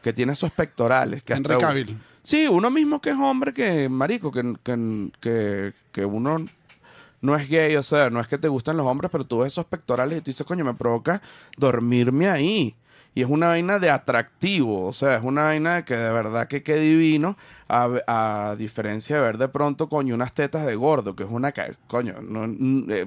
que tiene esos pectorales. Que
Henry
hasta-
Cavill.
Sí, uno mismo que es hombre, que marico, que, que, que, que uno no es gay, o sea, no es que te gustan los hombres, pero tú ves esos pectorales y tú dices, coño, me provoca dormirme ahí. Y es una vaina de atractivo, o sea, es una vaina de que de verdad que qué divino, a, a diferencia de ver de pronto, coño, unas tetas de gordo, que es una, ca- coño, no- n- eh,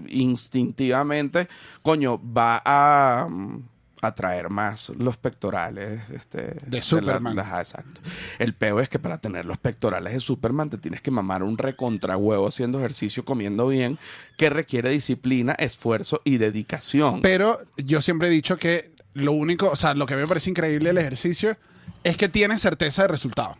instintivamente, coño, va a mm, atraer más los pectorales este, la-
Superman.
las- Ajá, Ah, exacto. El peo es que para tener los pectorales de Superman te tienes que mamar un recontrahuevo haciendo ejercicio, comiendo bien, que requiere disciplina, esfuerzo y dedicación.
Pero yo siempre he dicho que lo único, o sea, lo que me parece increíble del ejercicio es que tienes certeza de resultado.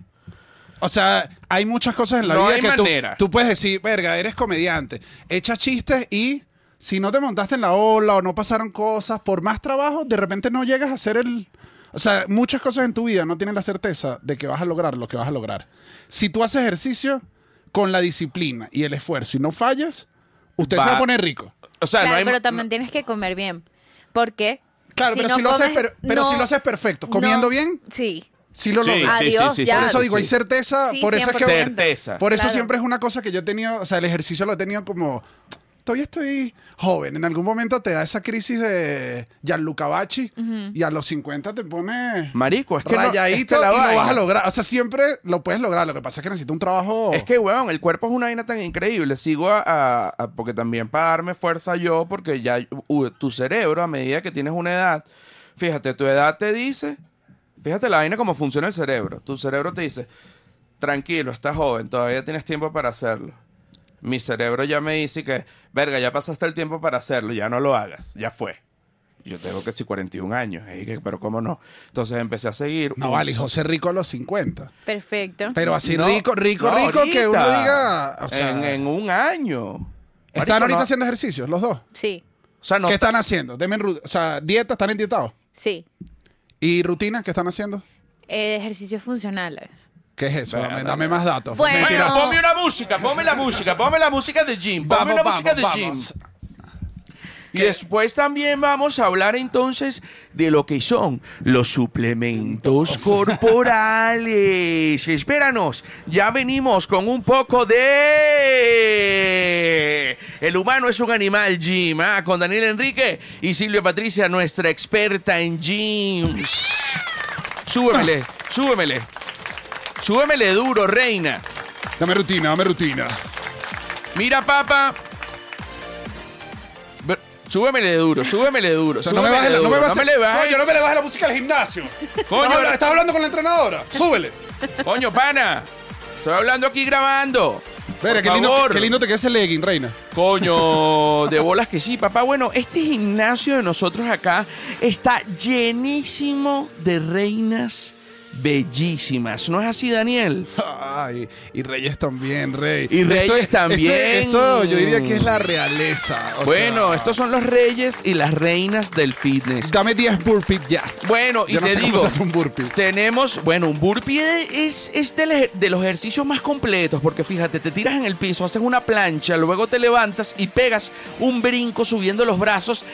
O sea, hay muchas cosas en la
No
vida
hay
que tú,
manera.
tú puedes decir, verga, eres comediante, echas chistes y si no te montaste en la ola o no pasaron cosas, por más trabajo, de repente no llegas a hacer el... O sea, muchas cosas en tu vida no tienes la certeza de que vas a lograr lo que vas a lograr. Si tú haces ejercicio con la disciplina y el esfuerzo y no fallas, usted se
Va-
va a poner rico.
o sea,
claro,
no hay
pero también tienes que comer bien. ¿Por qué?
Claro, pero
no
si lo haces
comes-
per- pero si
no-
lo haces perfecto, comiendo
no-
bien,
Sí.
sí lo
Sí,
logras.
sí,
Adiós,
sí, sí,
ya.
Por eso digo, hay
sí.
certeza.
Sí,
por eso es que.
100%.
Certeza.
Por eso
Claro.
siempre es una cosa que yo he tenido. O sea, el ejercicio lo he tenido como. Todavía estoy joven. En algún momento te da esa crisis de Gianluca Bacci y a los 50 te pones.
Marico, es que no- es que
rayadito
la
y lo vas
vaina-
a lograr. O sea, siempre lo puedes lograr. Lo que pasa es que necesita un trabajo.
Es que, weón, el cuerpo es una vaina tan increíble. Sigo a, a- a- Porque también para darme fuerza yo, porque ya u- tu cerebro, a medida que tienes una edad, fíjate, tu edad te dice. Fíjate la vaina cómo funciona el cerebro. Tu cerebro te dice: tranquilo, estás joven, todavía tienes tiempo para hacerlo. Mi cerebro ya me dice que, verga, ya pasaste el tiempo para hacerlo, ya no lo hagas, ya fue. Yo tengo que sí 41 años, ey, que- pero cómo no. Entonces empecé a seguir.
No
un-
vale, y José Rico a los 50.
Perfecto.
Pero así
No,
rico, rico,
no,
rico que uno
ahorita.
diga. O sea,
en, en un año.
están
Marico,
ahorita
no-
haciendo ejercicios, los dos.
Sí,
O sea, no
¿Qué
está-
están haciendo? Deme ru- o sea, dieta, están dietados.
sí.
¿Y rutinas qué están haciendo?
Eh, ejercicios funcionales.
¿Qué es eso? Dame,
Bueno.
dame más datos.
Bueno.
Mentira.
Bueno, ponme una música, ponme la música, ponme la música de Jim, ponme
Vamos,
la
vamos,
música de
vamos.
Jim. Y después también vamos a hablar entonces de lo que son los suplementos corporales. Espéranos, ya venimos con un poco de... El humano es un animal, Jim, ah, con Daniel Enrique y Silvia Patricia, nuestra experta en gyms. Súbemele, súbemele. Súbemele duro, reina.
Dame rutina, dame rutina.
Mira, papa. Ver- Súbemele duro, súbemele duro.
O sea, no me
súbemele
bajes la, no
duro.
me bajes-
No me le bajes.
Coño, no me le bajes la música al gimnasio.
Coño.
Estás habla- estás hablando con la entrenadora. Súbele.
Coño, pana. Estoy hablando aquí grabando.
Mira,
Por
qué lindo,
favor.
qué lindo te queda ese legging, reina.
Coño, de bolas que sí, papá. Bueno, este gimnasio de nosotros acá está llenísimo de reinas bellísimas. ¿No es así, Daniel?
Ay, y Reyes también, Rey.
Y Reyes
Esto es- esto-
también.
Esto, yo diría que es la realeza. o
bueno,
sea,
estos son los reyes y las reinas del fitness.
Dame 10 burpees ya.
Bueno, y
Yo no
te
sé cómo
digo,
se hace un burpee.
tenemos, bueno, un burpee es, es del ej- de, los ejercicios más completos, porque fíjate, te tiras en el piso, haces una plancha, luego te levantas y pegas un brinco subiendo los brazos,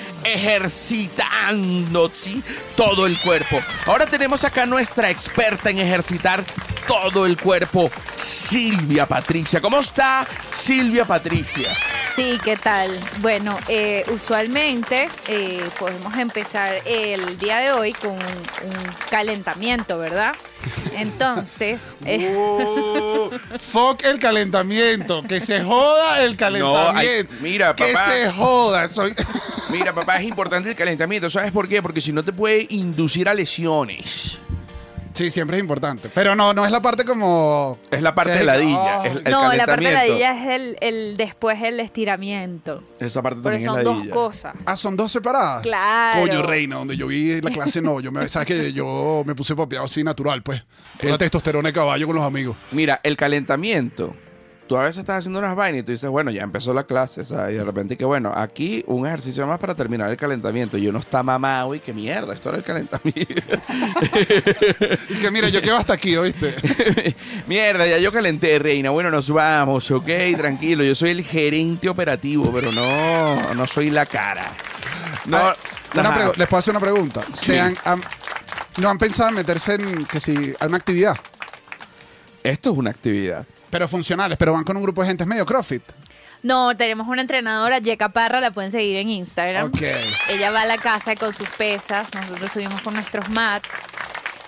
ejercitando ¿sí? todo el cuerpo. Ahora tenemos acá nuestra experta en ejercitar todo el cuerpo, Silvia Patricia. ¿Cómo está Silvia Patricia?
Sí, ¿qué tal? Bueno, eh, usualmente eh, podemos empezar el día de hoy con un, un calentamiento, ¿verdad? Entonces, eh,
Uh, fuck el calentamiento. Que se joda el calentamiento.
ay, mira,
que
papá.
se joda. Soy...
Mira, papá, es importante el calentamiento. ¿Sabes por qué? Porque si no te puede inducir a lesiones.
sí, siempre es importante. Pero no, no es la parte como.
Es la parte
Ay,
de ladilla.
ay.
es el
no, la parte de la
calentamiento.
dilla es el, el después el estiramiento.
Esa parte
Pero
también
son
es
dos
ladilla.
cosas.
Ah, son dos separadas.
Claro.
Coño, reina, donde yo vi la clase no. Yo me, sabes que yo me puse papeado así natural, pues. Con la testosterona de caballo con los amigos.
Mira, el calentamiento. Tú a veces estás haciendo unas vainas y tú dices, bueno, ya empezó la clase, o sea, y de repente que, bueno, aquí un ejercicio más para terminar el calentamiento. Y uno está mamado y que mierda, esto era el calentamiento.
Y que mira, yo quedo hasta aquí, ¿oíste?
mierda, ya yo calenté, reina. Bueno, nos vamos, ok, tranquilo. Yo soy el gerente operativo, pero no, no soy la cara. No,
Ah, una
ajá.
pregu- les puedo hacer una pregunta. ¿Se
Sí.
han- han- ¿No han pensado en meterse en que si, a una actividad?
Esto es una actividad.
Pero funcionales, pero van con un grupo de gente, es medio CrossFit.
No, tenemos una entrenadora, Yeca Parra, la pueden seguir en Instagram.
Ok.
Ella va a la casa con sus pesas, nosotros subimos con nuestros mats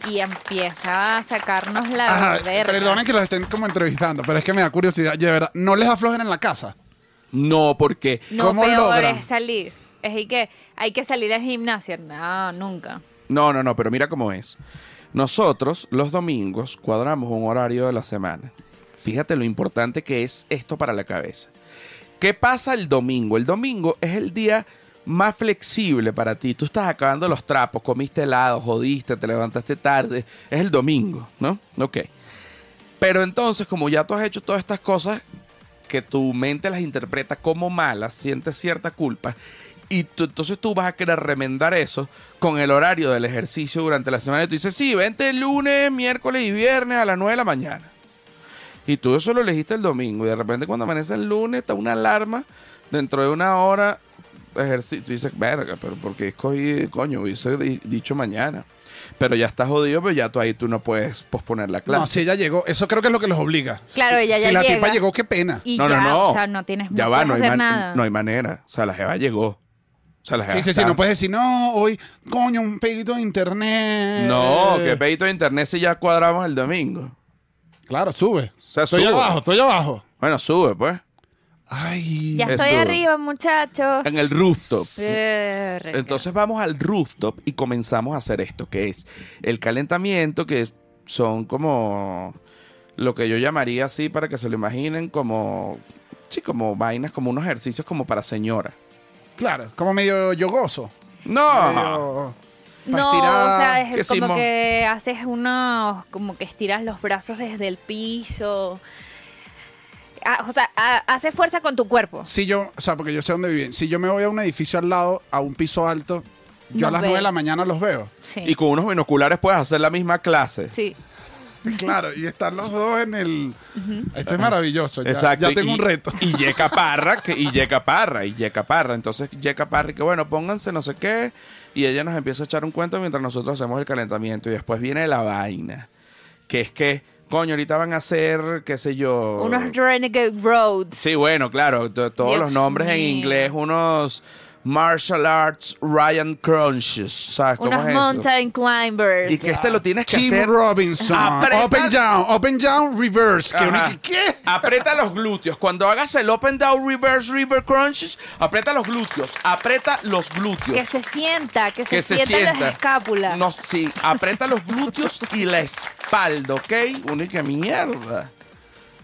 y empieza a sacarnos la
Ajá,
verga.
perdonen que los estén como entrevistando, pero es que me da curiosidad. De verdad, ¿no les aflojen en la casa?
No, porque
No,
¿Cómo
peor
logran?
es salir. Es ahí que hay que salir al gimnasio. No, nunca.
No, no, no, pero mira cómo es. Nosotros los domingos cuadramos un horario de la semana. Fíjate lo importante que es esto para la cabeza. ¿Qué pasa el domingo? El domingo es el día más flexible para ti. Tú estás acabando los trapos, comiste helado, jodiste, te levantaste tarde. Es el domingo, ¿no? Ok. Pero entonces, como ya tú has hecho todas estas cosas, que tu mente las interpreta como malas, sientes cierta culpa, y tú- entonces tú vas a querer remendar eso con el horario del ejercicio durante la semana. Y tú dices, sí, vente el lunes, miércoles y viernes a las 9 de la mañana. Y tú eso lo elegiste el domingo, y de repente cuando amanece el lunes está una alarma, dentro de una hora, ejercicio, tú dices, verga, pero porque escogí, coño, hubiese di- dicho mañana. Pero ya estás jodido, pero ya tú ahí tú no puedes posponer la clase.
No, si ella llegó, eso creo que es lo que los obliga.
Claro,
Si-
ella ya
Si la
llega.
tipa llegó, qué pena.
Y
no,
ya,
no, no.
o sea, no tienes
ya
no
va,
puedes
no hay,
hacer
man-
nada.
no hay manera. O sea, la jeva llegó. O sea, la jeva
Sí, sí, sí,
está-
no puedes decir, no, hoy, coño, un pedito de internet.
No, qué pedito de internet si ya cuadramos el domingo.
Claro, sube.
sea,
estoy
sube.
abajo, estoy abajo.
Bueno, sube, pues.
Ay.
ya estoy
Eso.
arriba, muchachos.
En el rooftop.
Verga.
Entonces vamos al rooftop y comenzamos a hacer esto, que es el calentamiento, que es- son como lo que yo llamaría así para que se lo imaginen como, sí, como vainas, como unos ejercicios como para señora.
Claro, como medio yogoso.
No.
Medio- pa'
no,
estirar.
o sea, es
¿Qué
como
hicimos?
que haces unos, como que estiras los brazos desde el piso. Ah, o sea, ha- haces fuerza con tu cuerpo.
Si yo, o sea, porque yo sé dónde viven. Si yo me voy a un edificio al lado, a un piso alto, yo a
Los
las nueve de
ves.
la mañana los veo.
Sí.
Y con unos binoculares puedes hacer la misma clase.
sí.
Claro, y están los dos en el. Esto es maravilloso. Pues Ya,
Exacto.
ya tengo
y-
un reto.
Y Yeca Parra, que, y Yeca Parra, y Yeca Parra. Entonces Yeca Parra, que bueno, pónganse no sé qué. Y ella nos empieza a echar un cuento mientras nosotros hacemos el calentamiento. Y después viene la vaina. Que es que, coño, ahorita van a hacer, qué sé yo.
Unos Renegade Roads.
Sí, bueno, claro. to- todos
Dios
los nombres en
mío.
inglés, unos Martial Arts Ryan Crunches. ¿Sabes cómo
Unos
es eso?
mountain climbers.
Y que este lo tienes que
Tim
hacer.
Robinson.
Apretar-
Open down, open down, reverse. Que uno
Ajá.
dice, ¿Qué?
Aprieta los glúteos. Cuando hagas el open down reverse river crunches, aprieta los glúteos. Aprieta los glúteos.
Que se sienta, que se,
Que se
sienta,
sienta.
las escápulas.
No, sí, aprieta los glúteos y la espalda, ¿ok? Única mierda.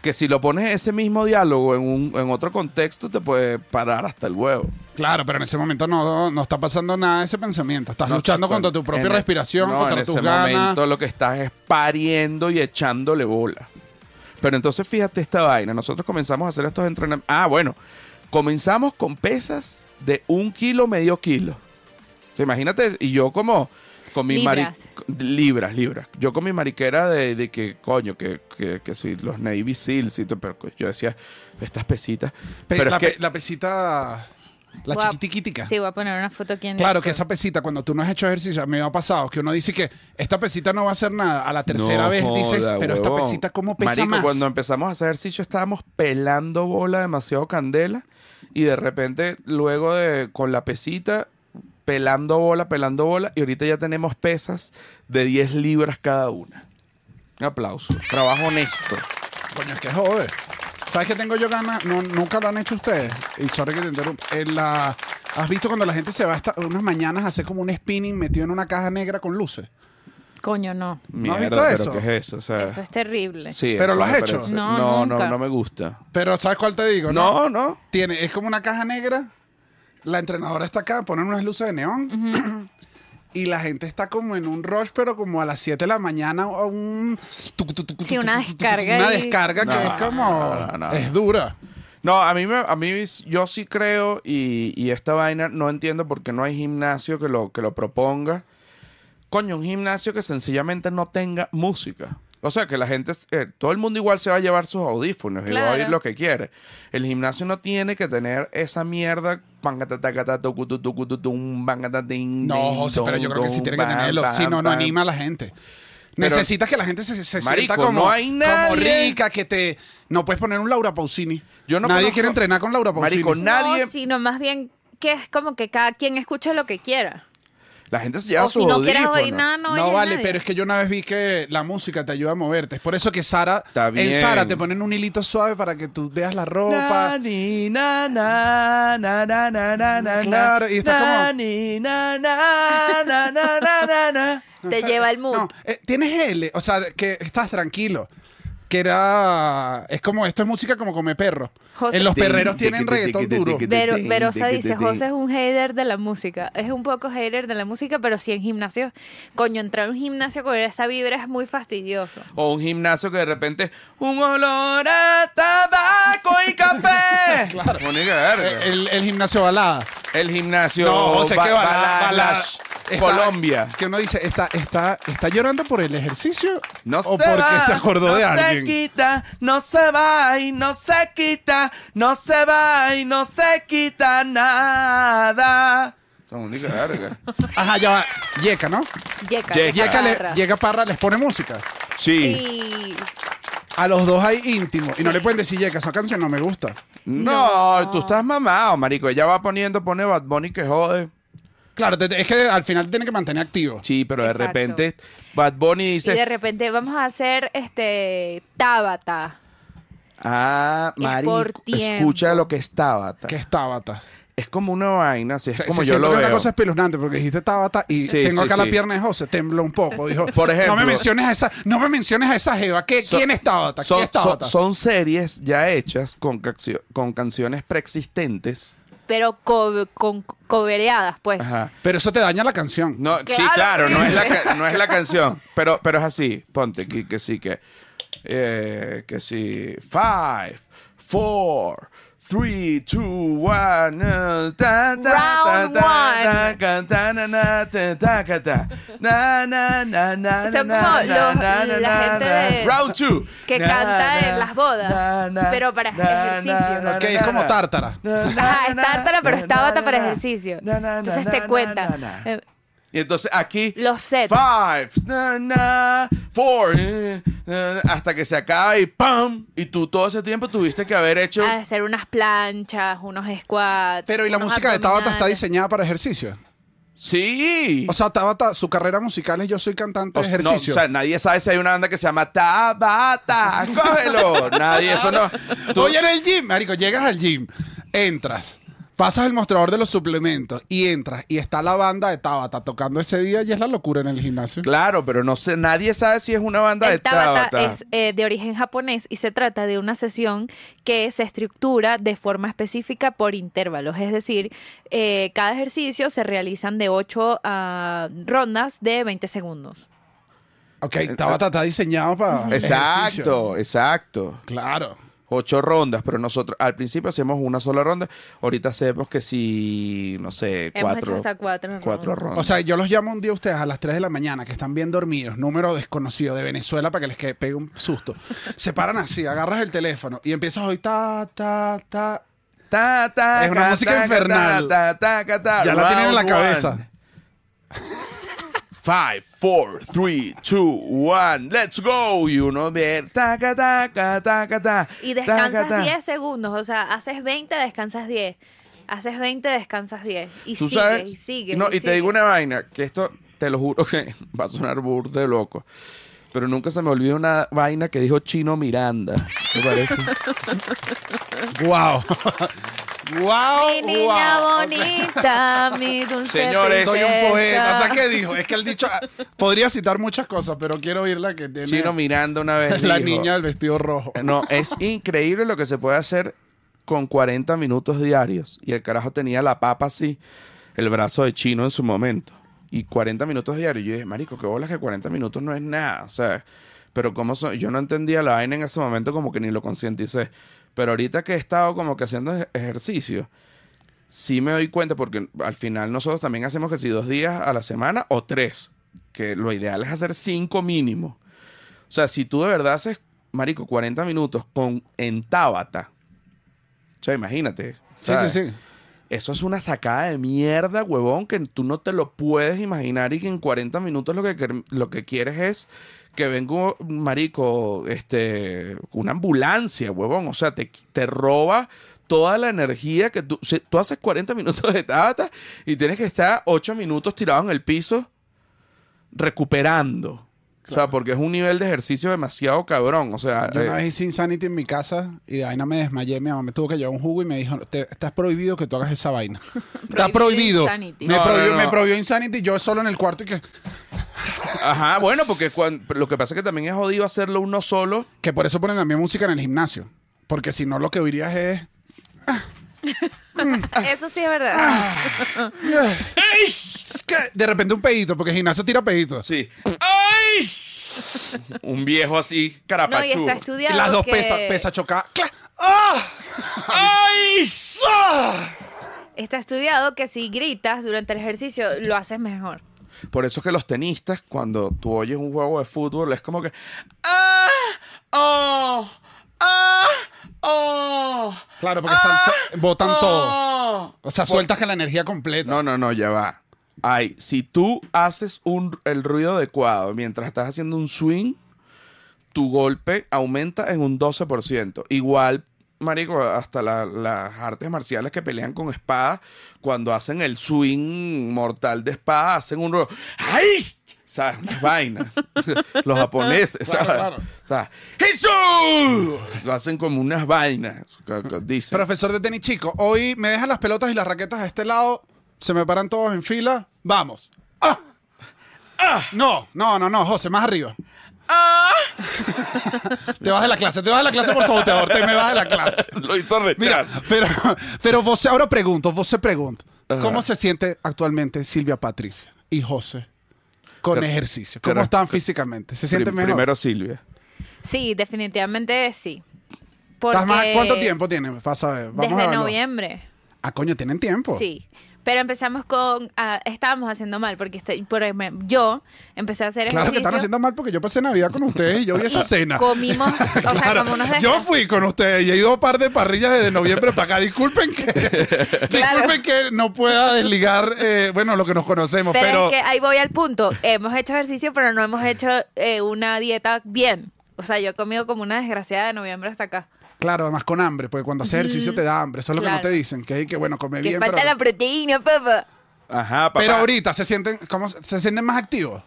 Que si lo pones ese mismo diálogo en, un, en otro contexto, te puede parar hasta el huevo.
Claro, pero en ese momento no, no está pasando nada de ese pensamiento. Estás
No,
luchando
chico,
contra tu propia
en el-
respiración,
no,
contra
en
tus
ese
ganas.
momento lo que estás es pariendo y echándole bola. Pero entonces fíjate esta vaina. Nosotros comenzamos a hacer estos entrenamientos. Ah, bueno. Comenzamos con pesas de un kilo, medio kilo. O sea, imagínate, y yo como con mi mari-
Libras.
libras, libras. Yo con mi mariquera de, de que, coño, que, que, que si los Navy Seals y todo, pero pues, yo decía, estas pesitas.
Pe-
pero
la,
es que,
pe- la pesita, la
Voy a-
chiquitiquitica.
Sí, voy a poner una foto aquí en
Claro
Discord.
que esa pesita, cuando tú no has hecho ejercicio, a mí me ha pasado que uno dice que esta pesita no va a hacer nada. A la tercera
No
vez
joda,
dices, pero esta
huevón.
pesita, ¿cómo pesa
Marico,
más?
cuando empezamos a hacer ejercicio estábamos pelando bola demasiado candela y de repente luego de con la pesita pelando bola, pelando bola y ahorita ya tenemos pesas de 10 libras cada una. Un aplauso. Trabajo honesto.
Coño, es que joder. ¿Sabes qué tengo yo ganas? No, nunca lo han hecho ustedes. Y sorry que te interrumpa. En la- ¿Has visto cuando la gente se va hasta unas mañanas a hacer como un spinning metido en una caja negra con luces?
Coño, no.
¿No has
Mierda,
visto
pero
eso?
¿qué es eso? O sea,
Eso es terrible.
Ah. sí,
¿Pero
eso
lo has
me
hecho?
parece-
No,
No, no,
nunca.
no me gusta.
Pero ¿sabes cuál te digo?
No, no.
Tiene, es como una caja negra. La entrenadora está acá, ponen unas luces de neón. Y la gente está como en un rush, pero como a las 7 de la mañana a un... tucu, tucu, tucu,
Sí, una
tucu, tucu, tucu,
descarga
Una
ahí.
descarga que
No,
es como...
no, no, no.
Es dura.
No, a mí, me, a mí s- yo sí creo y, y esta vaina no entiendo por qué no hay gimnasio que lo, que lo proponga. Coño, un gimnasio que sencillamente no tenga música. O sea, que la gente, s- eh, todo el mundo igual se va a llevar sus audífonos y va a oír
Claro.
lo que quiere. El gimnasio no tiene que tener esa mierda.
No,
No,
José, pero yo creo que sí tiene que tenerlo. Si no, no anima a la gente.
Pero-
Necesitas que la gente se, se
Marico,
sienta como,
no hay
como
nadie.
rica, que te... No puedes poner un Laura Pausini.
Yo no
Nadie
conozco-
quiere entrenar con Laura Pausini.
Marico, nadie.
No, sino más bien que es como que cada quien escucha lo que quiera.
La gente se lleva
o
sus
si no quieres
audífonos.
oír nada, no
No,
oyes
vale,
nadie.
pero es que yo una vez vi que la música te ayuda a moverte. Es por eso que Sara,
Está bien.
en Sara te ponen un hilito suave para que tú veas la ropa.
Na, ni, na, na, na, na, na, na, na,
Claro, y estás
na,
como-
ni, na, na, na, na, na, na, na.
Te lleva el mood.
No, eh, tienes L, o sea, que estás tranquilo. Que era. Es como, esto es música como come perro.
José-
En los
Tin,
perreros
tiqui,
tienen
tiqui,
reggaetón
tiqui,
duro.
tiqui,
Vero-
tin,
Verosa
tiqui,
dice,
tin.
José es un hater de la música. Es un poco hater de la música, pero sí en gimnasio. Coño, entrar a un gimnasio con esa vibra es muy fastidioso.
O un gimnasio que de repente. Un olor a tabaco y café. claro.
Eh,
El,
El, el gimnasio balada.
gimnasio.
no, sé
ba-
qué balada.
bala-
balada.
lash,
Está-
Colombia.
Que uno dice, está, está, está llorando por el ejercicio.
No
o
se
porque
va,
se acordó
no
de
se
alguien.
quita, no se va y no se quita, no se va y no se quita nada.
Ajá, ya va. Yeca, ¿no?
Yeca.
Yeca.
Yeca, le-
Parra.
Yeca Parra les pone música.
Sí.
A los dos hay íntimo. Y no le pueden decir, Yeca, esa canción no me gusta.
No,
No.
tú estás mamado, marico. Ella va poniendo, pone Bad Bunny que jode.
Claro, te- te- es que al final tiene que mantener activo.
Sí, pero de
Exacto.
repente Bad Bunny
Y de
dice,
repente vamos a hacer este Tabata.
ah,
Es
marico,
por tiempo.
escucha lo que es Tabata.
Que es Tabata.
Es como una vaina, así es
Se-
como
se
yo
siente
lo
que es
veo.
una cosa espeluznante porque dijiste Tabata y
Sí,
tengo
sí,
acá la
sí.
pierna de José, tembló un poco. Dijo,
Por ejemplo.
no me menciones a esa, no me menciones a esa jeva. ¿Qué,
Son-
¿Quién es Tabata? ¿Quién
son,
es Tabata?
son- son series ya hechas con, cancio- con canciones preexistentes.
Pero co- con cobereadas, pues.
Ajá.
Pero eso te daña la canción.
No,
Claro,
sí, claro, no
porque-
es, la ca- no es la canción, pero, pero es así. Ponte que, que sí, que. eh, que sí. Five, four, three, two, one. eh, ta, ta, ta,
Round
ta,
one.
ta, ca, ta, na, na, ta, ta, ca, ta. Na, na, na, na,
Son
na,
como
na, na,
los-
na,
la
na,
gente
na.
de-
Round two.
que
Na,
canta en
na,
las bodas, pero para ejercicio.
Ok, es como tártara.
Na, na,
Ajá, es
na,
tártara, pero
na,
es tabata
na,
para
na,
ejercicio.
na, na,
Entonces
na,
te
na,
cuentan.
na, na.
eh,
Y entonces aquí.
Los sets.
Five, na, na, four, eh, eh, hasta que se acaba y ¡pam! Y tú todo ese tiempo tuviste que haber hecho.
Hacer unas planchas, unos squats.
Pero y la
unos
música de Tabata está
abdominales.
diseñada para ejercicio.
Sí.
O sea, Tabata, su carrera musical es yo soy cantante
O
de
sea, no,
ejercicio.
o sea, nadie sabe si hay una banda que se llama Tabata. ¡Cógelo! nadie, eso no.
Tú- Voy en el gym, marico, llegas al gym, entras, pasas el mostrador de los suplementos y entras y está la banda de Tabata tocando ese día y es la locura en el gimnasio.
Claro, pero no sé, nadie sabe si es una banda de
El Tabata,
Tabata.
es eh, de origen japonés y se trata de una sesión que se estructura de forma específica por intervalos. Es decir, eh, cada ejercicio se realizan de 8 a rondas de 20 segundos.
Ok, Tabata está diseñado para ejercicio.
eh, Exacto, exacto.
Claro.
Ocho rondas, pero nosotros al principio hacemos una sola ronda. Ahorita hacemos que si, no sé,
Hemos
cuatro.
hecho hasta cuatro rondas.
rondas.
O sea, yo los llamo un día a ustedes a las 3 de la mañana, que están bien dormidos, número desconocido de Venezuela para que les quede, pegue un susto. Se paran así, agarras el teléfono y empiezas hoy ta, ta, ta.
Ta, ta,
Es una
ca,
música
ta, ca,
infernal.
ta, ta, ca, ta.
Ya la tienen en la
Round
cabeza.
one. Five, four, three, two, one, let's go. Y uno bien. Ta, ca, ta, ca, ta, ca, ta.
Y
Ta, ca,
descansas
ta.
10 segundos, o sea, haces 20, descansas 10. Haces 20, descansas 10. Y
Tú
sigue,
sabes-
y sigue.
No, y, te
sigue.
digo una vaina, que esto te lo juro que va a sonar burde de loco. Pero nunca se me olvida una vaina que dijo Chino Miranda. ¿Te parece?
Wow. wow.
Mi niña
¡Oh, wow. O sea,
bonita, mi dulce
Señores,
soy
princesa.
un poeta. O sea, ¿qué dijo? Es que el dicho. ah, Podría citar muchas cosas, pero quiero oír la que tiene.
Chino Miranda una vez
la
dijo,
niña del vestido rojo.
Eh, No, es increíble lo que se puede hacer con 40 minutos diarios. Y el carajo tenía la papa así, el brazo de chino en su momento. Y 40 minutos diarios. Yo dije, marico, qué bolas que 40 minutos no es nada. O sea, pero como son... Yo no entendía la vaina en ese momento como que ni lo concienticé. Pero ahorita que he estado como que haciendo ej- ejercicio, sí me doy cuenta porque al final nosotros también hacemos que si dos días a la semana o tres. Que lo ideal es hacer cinco mínimo. O sea, si tú de verdad haces, marico, 40 minutos con en Tabata. O sea, imagínate.
Sí, sí,
¿sabes?
sí.
Eso es una sacada de mierda, huevón, que tú no te lo puedes imaginar y que en 40 minutos lo que, quer- lo que quieres es que venga, un marico, este, una ambulancia, huevón. O sea, te, te roba toda la energía que tú... si tú haces 40 minutos de Tabata y tienes que estar 8 minutos tirado en el piso recuperando. O sea, porque es un nivel de ejercicio demasiado cabrón. O sea,
Yo una
eh,
vez hice Insanity en mi casa y de vaina me desmayé. Mi mamá me tuvo que llevar un jugo y me dijo: "Te- Estás prohibido que tú hagas esa vaina. Está prohibido.
Insanity.
Me,
No, no,
prohibió,
no.
me prohibió Insanity. Yo solo en el cuarto y que.
ajá, bueno, porque cuan- lo que pasa es que también es jodido hacerlo uno solo.
Que por eso ponen también música en el gimnasio. Porque si no, lo que oirías es.
Eso sí es verdad.
"Ah, es que", De repente un pedito, porque el gimnasio tira peditos.
Sí. ¡Ay! Un viejo así,
no, y
carapachudo.
está estudiado.
Y las dos
que-
pesas, pesa chocada. ¡Cla! ¡Ah!
¡Ay!
¡Ah!
Está estudiado que si gritas durante el ejercicio, lo haces mejor.
Por eso es que los tenistas, cuando tú oyes un juego de fútbol, es como que. ¡Ah! ¡Oh! ¡Ah! ¡Oh!
Claro, porque están, se- botan
¡Oh!
todo. O sea, sueltas que la energía completa.
No, no, no, ya va. Ay, si tú haces un, el ruido adecuado mientras estás haciendo un swing, tu golpe aumenta en un 12%. Igual, marico, hasta la- las artes marciales que pelean con espadas, cuando hacen el swing mortal de espada, hacen un ruido. ¡Ay! ¿Sabes? Unas vainas. Los japoneses,
Claro,
¿sabes?
claro.
O sea, "Jesús". Lo hacen como unas vainas. que- que Dicen.
Profesor de tenis chico, hoy me dejan las pelotas y las raquetas a este lado, se me paran todos en fila, vamos. ¡Ah! ¡Ah! No, no, no, no, José, más arriba.
Ah.
te vas de la clase, te vas de la clase por saboteador, te me vas de la clase.
Lo hizo
Mira,
rechar.
pero, pero vos ahora pregunto, vos se pregunto,
Ajá.
¿cómo se siente actualmente Silvia Patricia y José con
Pero-
ejercicio?
pero-
¿Cómo están físicamente? ¿Se sienten
Prim-
mejor?
Primero Silvia.
Sí, definitivamente sí.
¿Estás más-
Porque
¿Cuánto tiempo tienen? Pasa a ver, vamos a
desde
verlo.
noviembre.
Ah, coño, tienen tiempo.
Sí. Pero empezamos con, ah, estábamos haciendo mal, porque estoy, por ejemplo, yo empecé a hacer
Claro que
ejercicio.
están haciendo mal porque yo pasé Navidad con ustedes y yo vi esa cena.
Comimos, o sea,
Claro,
como unos
yo
desgraciados.
fui con ustedes y he ido a un par de parrillas desde noviembre para acá. Disculpen que, disculpen que no pueda desligar, eh, bueno, lo que nos conocemos,
Pero,
pero,
es que ahí voy al punto. Hemos hecho ejercicio, pero no hemos hecho eh, una dieta bien. O sea, yo he comido como una desgraciada de noviembre hasta acá.
claro, además con hambre, porque cuando haces ejercicio te da hambre. Eso es lo
claro.
que no te dicen, que hay que, bueno, come
Que
bien.
falta
pero,
la proteína, papá.
Ajá, papá.
pero ahorita se sienten, ¿cómo se se sienten más activos?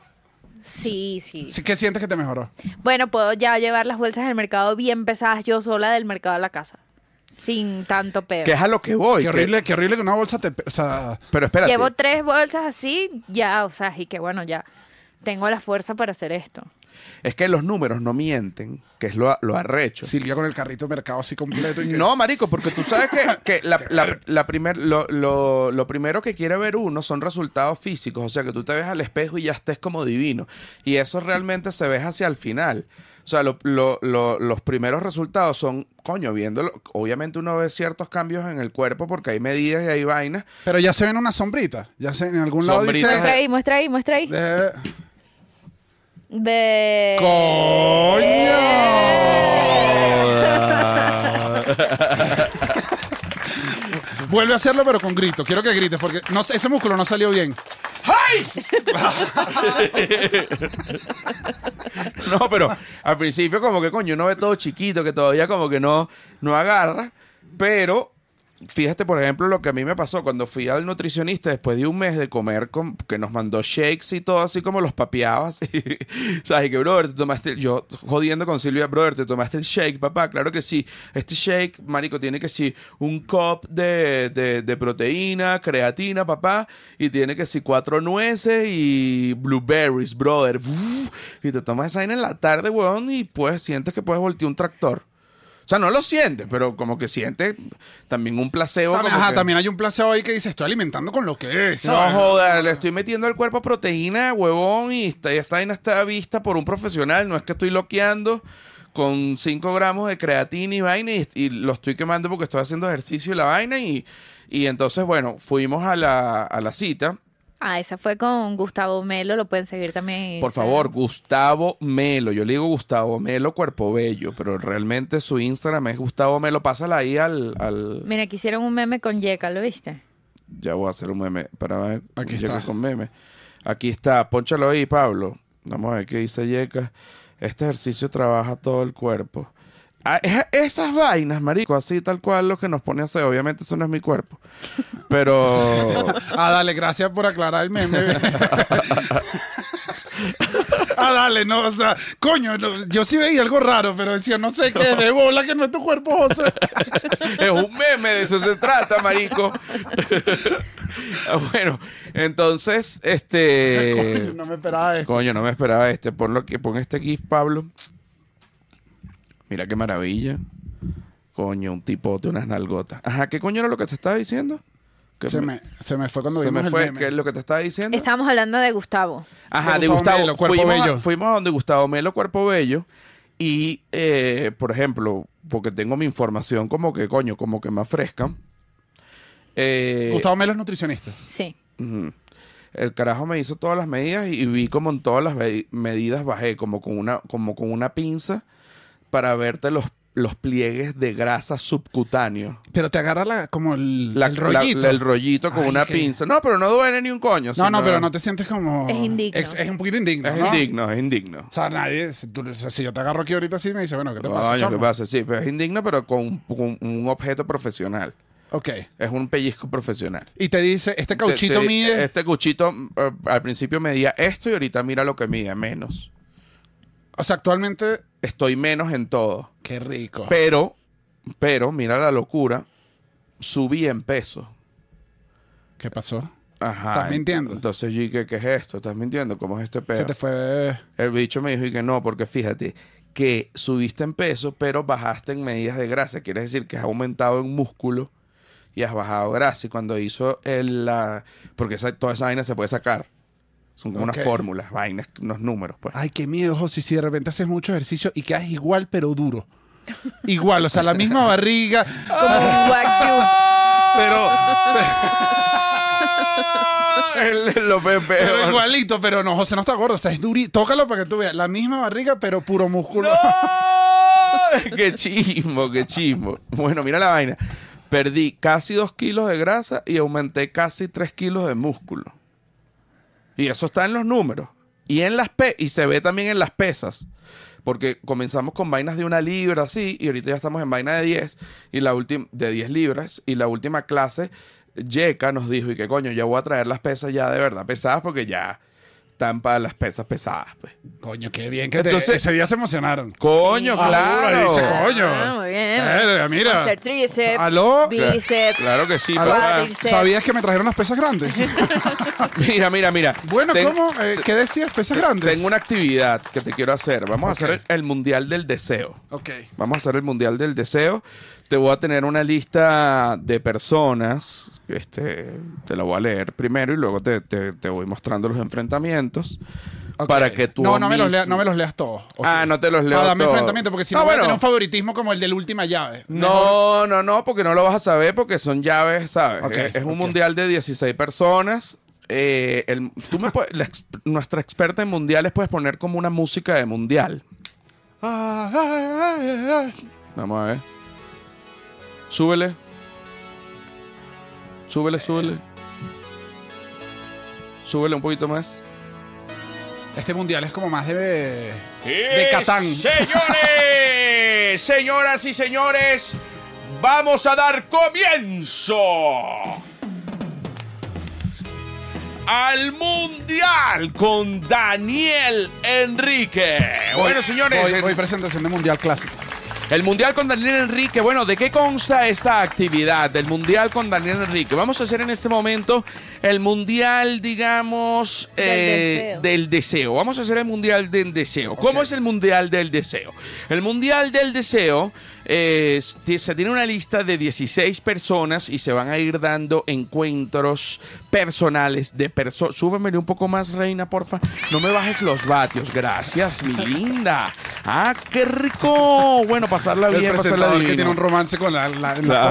Sí, sí.
Sí, ¿Qué sientes que te mejoró?
Bueno, puedo ya llevar las bolsas del mercado bien pesadas yo sola del mercado a la casa. Sin tanto pedo.
Que es a lo que voy.
Qué
que-
horrible, qué horrible que una bolsa te... O sea,
Pero espérate.
Llevo tres bolsas así, ya, o sea, y que bueno, ya. Tengo la fuerza para hacer esto.
Es que los números no mienten, que es lo, lo arrecho.
Silvia con el carrito de mercado así completo. Y que-
No, marico, porque tú sabes que, que la, la- la primer, lo, lo- lo primero que quiere ver uno son resultados físicos. O sea, que tú te ves al espejo y ya estés como divino. Y eso realmente se ve hacia el final. O sea, lo- lo- lo- los primeros resultados son, coño, viéndolo. Obviamente uno ve ciertos cambios en el cuerpo porque hay medidas y hay vainas.
Pero ya se ven una sombrita. Ya se, en algún lado
Sombrita.
dice...
Muestra ahí, muestra ahí, muestra ahí.
eh,
Ve.
Eh.
Vuelve a hacerlo, pero con grito. Quiero que grites, porque no, sé, ese músculo no salió bien.
No, pero al principio como que coño, uno ve todo chiquito, que todavía como que no, no agarra, pero fíjate por ejemplo lo que a mí me pasó cuando fui al nutricionista después de un mes de comer con- que nos mandó shakes y todo así como los papeados así. o sea, y que brother, te tomaste, el-" yo jodiendo con Silvia, brother, te tomaste el shake, papá, claro que sí, este shake, marico, tiene que sí, un cup de, de- de proteína, creatina, papá, y tiene que sí, cuatro nueces y blueberries, brother. Uf, y te tomas esa vaina en la tarde, weón, y pues sientes que puedes voltear un tractor. O sea, no lo sientes, pero como que sientes también un placebo.
También,
como
ajá,
que-
también hay un placebo ahí que dice, estoy alimentando con lo que es.
No
¿sabes?
joda, le estoy metiendo al cuerpo proteína, huevón, y esta, y esta vaina está vista por un profesional. No es que estoy loqueando con 5 gramos de creatina y vaina y, y lo estoy quemando porque estoy haciendo ejercicio y la vaina. Y, y entonces, bueno, fuimos a la, a la cita.
Ah, esa fue con Gustavo Melo, lo pueden seguir también. en
Por
Instagram.
favor, Gustavo Melo. Yo le digo Gustavo Melo Cuerpo Bello, pero realmente su Instagram es Gustavo Melo. Pásala ahí al... al...
Mira, que hicieron un meme con Yeka, ¿lo viste?
Ya voy a hacer un meme. Para ver.
Aquí
Yeca
está.
con meme. Aquí está. Pónchalo ahí, Pablo. Vamos a ver qué dice Yeca. Este ejercicio trabaja todo el cuerpo. Ah, es- esas vainas, marico, así tal cual lo que nos pone a hacer. Obviamente eso no es mi cuerpo. Pero...
Ah, dale, gracias por aclarar el meme. ah, dale, no, o sea, coño, no, yo sí veía algo raro, pero decía, no sé qué, de bola que no es tu cuerpo, José.
es un meme, de eso se trata, marico. Ah, bueno, entonces, este...
Coño, no me esperaba esto.
Coño, no me esperaba este. Pon, lo que, pon este GIF, Pablo. Mira qué maravilla. Coño, un tipote, unas nalgotas. Ajá, ¿qué coño era lo que te estaba diciendo? Que
Se me, se me fue cuando
se
vimos
me
el
fue.
meme.
¿Qué es lo que te estaba diciendo?
Estábamos hablando de Gustavo.
Ajá,
De
de
Gustavo
Gustavo.
Melo, Cuerpo
fuimos,
Bello.
A, fuimos a donde Gustavo Melo, Cuerpo Bello. Y, eh, por ejemplo, porque tengo mi información como que, coño, como que me afrescan. Eh,
Gustavo Melo es nutricionista.
Sí.
Ujú. El carajo me hizo todas las medidas y vi como en todas las ve- medidas bajé, como con una, como con una pinza para verte los, los pliegues de grasa subcutáneo.
Pero te agarra la, como el,
La-
el
la-
rollito.
la- el rollito con
Ay,
una
qué-
pinza. No, pero no duele ni un coño.
No, no,
sino-
pero no te sientes como...
Es indigno.
Es, es un poquito indigno,
Es
¿no?
indigno, es indigno.
O sea, nadie... Si, tú- si yo te agarro aquí ahorita así, me dice, bueno, ¿qué te pasa,
Coño, ¿qué
chamo?
pasa? Sí, pero es indigno, pero con, con un objeto profesional.
Ok.
Es un pellizco profesional.
Y te dice, este cauchito
Te- te-
mide...
Este cauchito eh, al principio medía esto y ahorita mira lo que mide, menos.
O sea, actualmente...
Estoy menos en todo.
Qué rico.
Pero, pero, mira la locura. Subí en peso.
¿Qué pasó?
Ajá.
Estás mintiendo.
Entonces yo dije, ¿qué es esto? ¿Estás mintiendo? ¿Cómo es este
Se
pedo?
te fue...
El bicho me dijo y que no, porque fíjate que subiste en peso, pero bajaste en medidas de grasa. Quiere decir que has aumentado en músculo y has bajado grasa. Y cuando hizo el, la... Porque esa- toda esa vaina se puede sacar. Son como
Ok. Ah.
unas fórmulas, vainas, unos números, pues.
Ay, qué miedo, José, si de repente haces mucho ejercicio y quedas igual, pero duro. Igual, o sea, Ah. la misma barriga.
Como un wagyu.
Pero... El- Lo pe- peor.
Pero igualito, pero no, José no está gordo, o sea, es duri. Tócalo para que tú veas. La misma barriga, pero puro músculo.
¡No! ¡Qué chismo, qué chismo! Bueno, mira la vaina. Perdí casi dos kilos de grasa y aumenté casi tres kilos de músculo. Y eso está en los números. Y en las pe y se ve también en las pesas. Porque comenzamos con vainas de una libra así, y ahorita ya estamos en vaina de 10, y la última, de 10 libras, y la última clase, Yeka nos dijo, y que coño, ya voy a traer las pesas ya de verdad pesadas, porque ya están para las pesas pesadas, pues.
Coño, qué bien que te-
Entonces-
ese día se emocionaron.
Coño,
Sí.
Ah,
claro.
dice, coño.
Ah, muy bien.
Verga, mira.
Hacer tríceps,
Aló.
bíceps.
Claro que sí,
Aló. ah,
papá.
Cuádriceps.
¿Sabías que me trajeron las pesas grandes?
Mira, mira, mira.
Bueno,
Ten-
¿cómo? Eh, ¿Qué decías? ¿Pesas grandes?
Tengo una actividad que te quiero hacer. Vamos a hacer el, el Mundial del Deseo.
Ok.
Vamos a hacer el Mundial del Deseo. Te voy a tener una lista de personas. Este, te la voy a leer primero y luego te, te- te voy mostrando los enfrentamientos.
ok.
Para que tú.
No, no me, los lea-
leas
no me los leas todos. o
Ah,
sí.
no te los leo
Ah, dame
todos.
enfrentamiento, porque si
No,
no, voy
bueno.
a tener un favoritismo como el de la última llave.
No, no, no, porque no lo vas a saber porque son llaves, ¿sabes?
Ok,
es es un
ok.
mundial de 16 personas. Eh, el- tú me puedes- la ex- nuestra experta en mundiales puedes poner como una música de mundial.
Ah, ah, ah, ah.
Vamos a ver. Súbele. Súbele, súbele. Súbele un poquito más.
Este mundial es como más de. de Catán.
Señores, señoras y señores, vamos a dar comienzo al Mundial con Daniel Enrique. bueno,
Voy-
señores,
Voy,
el-
voy presentación de mundial clásico.
el Mundial con Daniel Enrique. Bueno, ¿de qué consta esta actividad del Mundial con Daniel Enrique? Vamos a hacer en este momento el Mundial, digamos, eh,
Del deseo.
del deseo. Vamos a hacer el Mundial del Deseo. ¿Cómo es el Mundial del Deseo? El Mundial del Deseo eh, es- ti- se tiene una lista de 16 personas y se van a ir dando encuentros personales de personas. Súbemele un poco más, Reina, porfa. No me bajes los vatios. Gracias, mi linda. Ah, qué rico. Bueno, pasarla
El
bien, pasarla
presentador que
divino.
tiene un romance con la, la, en la
Claro,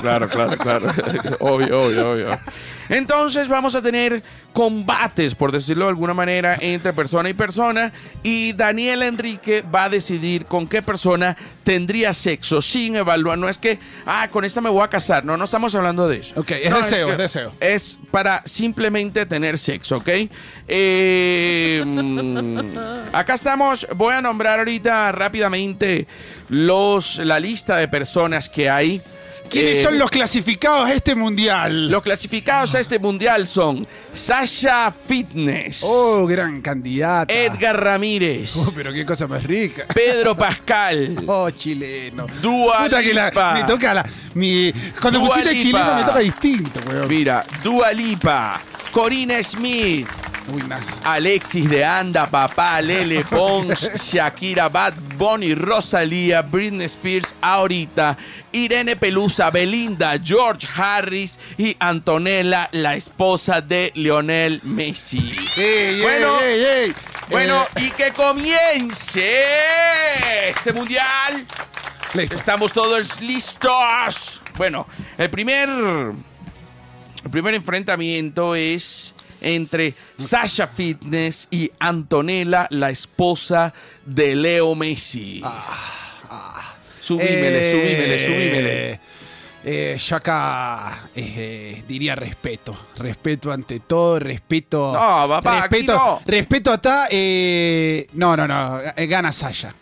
claro, claro, claro, claro. Obvio, obvio, obvio. Entonces vamos a tener combates, por decirlo de alguna manera, entre persona y persona. Y Daniel Enrique va a decidir con qué persona tendría sexo sin evaluar. No es que, ah, con esta me voy a casar. No, no estamos hablando de eso.
Ok, es
No,
deseo,
que-
es deseo.
Es para simplemente tener sexo, ¿ok? Eh, mm, acá estamos. Voy a nombrar ahorita rápidamente los, la lista de personas que hay.
¿Quiénes
Eh,
son los clasificados a este mundial?
los clasificados a este mundial son Sasha Fitness,
Oh, gran candidata.
Edgar Ramírez,
Oh, pero qué cosa más rica.
Pedro Pascal,
Oh, chileno.
Dua
Puta que la-
Lipa.
me toca la. Mi, cuando
Dua
pusiste
Lipa.
chileno me toca distinto, weón.
mira, Dua Lipa, Corina Smith,
Uy, nah.
Alexis de Anda, Papá, Lele Pons, Shakira, Bad Bunny, Rosalía, Britney Spears, ahorita, Irene Pelusa, Belinda, George Harris y Antonella, la esposa de Lionel Messi.
Ey, ey,
Bueno,
ey, ey.
Bueno,
Eh,
y que comience este mundial.
listo.
Estamos todos listos. Bueno, el primer, el primer enfrentamiento es entre Sasha Fitness y Antonella, la esposa de Leo Messi. Subímele,
Eh,
subímele, subímele.
Eh, yo acá eh, eh, diría respeto. Respeto ante todo, respeto.
No, papá, aquí
respeto,
no.
respeto acá. eh, no, no, no. eh, Gana Saya.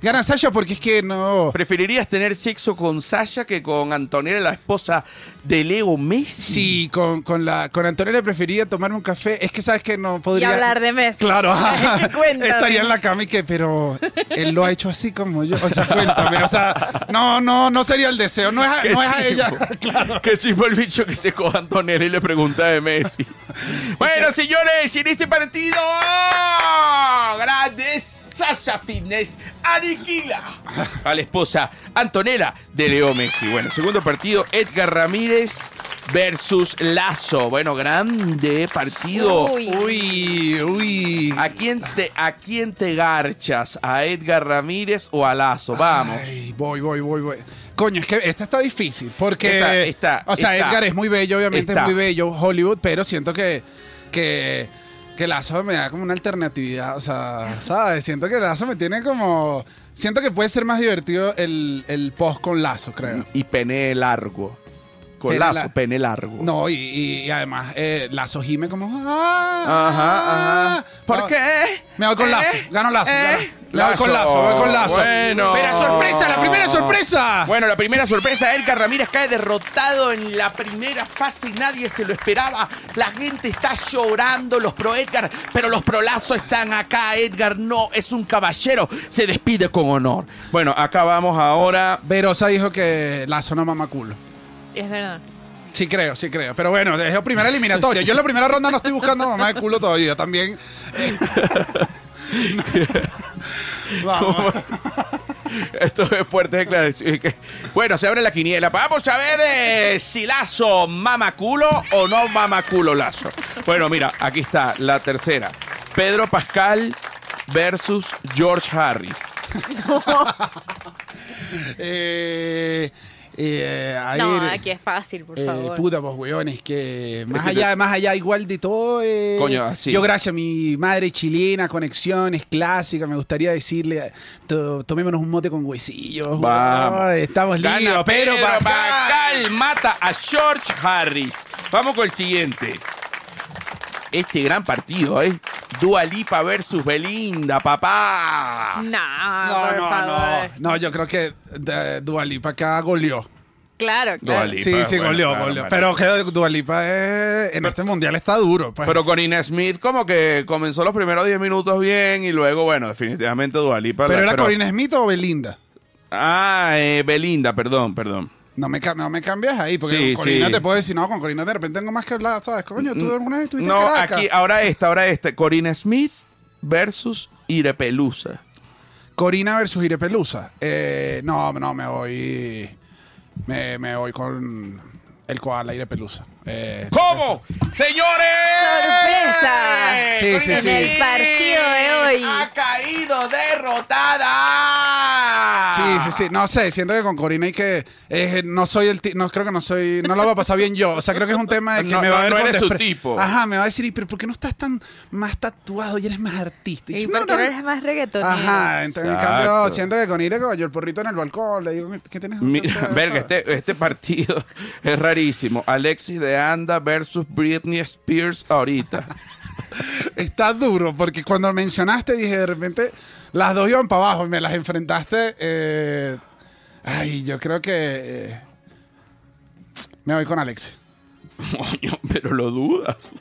Gana Saya porque es que no.
¿Preferirías tener sexo con Sasha que con Antonella, la esposa de Leo Messi?
Sí, con, con, la, con Antonella prefería tomarme un café. Es que sabes que no
Y
podría.
hablar de mesa.
Claro,
Cuéntame.
estaría en la cama y que, pero él lo ha hecho así como yo. O sea, cuéntame. O sea, no, no, no sería el deseo. No es a,
Qué
no es a
chimbo.
ella.
Qué chimbo el bicho que se coja a Antonella y le pregunta de Messi. bueno, señores, en este partido, grande Sasha Fitness aniquila a la esposa Antonella de Leo Messi. Bueno, segundo partido, Edgar Ramírez versus Lazo. Bueno, grande partido.
Uy.
Uy, uy.
¿A quién, te, ¿A quién te garchas? ¿A Edgar Ramírez o a Lazo? Vamos.
Ay, voy, voy, voy, voy. Coño, es que esta está difícil. Porque.
Esta, esta,
o sea,
esta.
Edgar es muy bello, obviamente
Esta.
es muy bello, Hollywood, pero siento que. que que Lazo me da como una alternatividad, o sea, ¿sabes? Siento que Lazo me tiene como... Siento que puede ser más divertido el, el post con Lazo, creo.
Y pene largo. Con
Pene
lazo,
la-
pene largo.
No, y, y- y además eh, Lazo gime como... "Ah,
Ajá, ajá.
ah".
¿Por
No,
qué?
Me voy con
¿Eh?
Lazo, gano Lazo.
¿Eh?
gano- Me voy con Lazo, me voy con Lazo.
Bueno.
Pero sorpresa, la primera sorpresa.
Bueno, la primera sorpresa, Elka Ramírez cae derrotado en la primera fase y nadie se lo esperaba. La gente está llorando, los pro Edgar, pero los pro Lazo están acá. Edgar no, es un caballero, se despide con honor. Bueno, acá vamos ahora.
Verosa dijo que Lazo no mama culo.
Es verdad.
Sí creo, sí creo. Pero bueno, es la primera eliminatoria. Yo en la primera ronda no estoy buscando mamá de culo todavía. También... Vamos.
Esto es fuerte declaración. Bueno, se abre la quiniela. Vamos a ver eh, si Lazo mama culo o no mama culo Lazo. Bueno, mira, aquí está la tercera. Pedro Pascal versus George Harris.
Eh, eh, a
No,
ver,
aquí es fácil, por
eh,
favor.
puta, pues, weones, que más
que
allá,
te-
más allá, igual de todo. eh,
Coño, así.
Yo, gracias a mi madre chilena, conexiones clásicas, me gustaría decirle: to- tomémonos un mote con huesillos.
Vamos.
weón, estamos
Gana
listos, pero
Pedro
para
Pascal mata a George Harris. Vamos con el siguiente. Este gran partido, ¿eh? Dua Lipa versus Belinda, papá.
No,
No,
por
no,
favor.
no. No, yo creo que Dualipa acá goleó.
Claro,
Dua
claro.
Lipa,
sí, sí,
pues, bueno,
goleó,
claro,
goleó.
vale.
Pero que Dualipa en este mundial está duro. pues.
Pero con Inés Smith como que comenzó los primeros 10 minutos bien y luego, bueno, definitivamente Dualipa.
¿Pero era Corina Smith o Belinda.
Ah, eh, Belinda, perdón, perdón.
No me, ca- no me cambias ahí, porque
Sí,
con Corina
sí. Mm,
te puedo decir, no, con Corina de repente tengo más que hablar, ¿sabes? Coño, tú alguna vez estuviste
No,
en Caracas.
aquí, ahora esta, ahora esta. Corina Smith versus Irepelusa. ah.
Corina versus Irepelusa. Eh, no, no, me voy. Me, me voy con el koala Irepelusa. Eh,
¿Cómo? ¡Señores!
¡Sorpresa!
Sí, sí,
Corina
sí.
Smith
En el partido
Ah,
de hoy.
Ha caído derrotada.
Sí, sí, sí. No sé, siento que con Corina hay que. eh, no soy el. ti- No, creo que no soy. No lo voy a pasar bien yo. O sea, creo que es un tema de que
No,
me va
no,
a ver
no
con
eres su
despre-
tipo.
Ajá, me va a decir, "Y, pero ¿por qué no estás tan más tatuado y eres más artista?
Y
yo,
porque
no,
no
no".
eres más reggaetonero.
Ajá, entonces, en
Exacto.
cambio, siento que con Ire como yo el porrito en el balcón, le digo, ¿qué tienes?
Mira,
¿Sabes?
verga, este, este partido es rarísimo. Alexis de Anda versus Britney Spears ahorita.
Está duro, porque cuando mencionaste, dije, de repente, las dos iban para abajo y me las enfrentaste. eh, Ay, yo creo que... eh, Me voy con Alex.
Coño, pero lo dudas.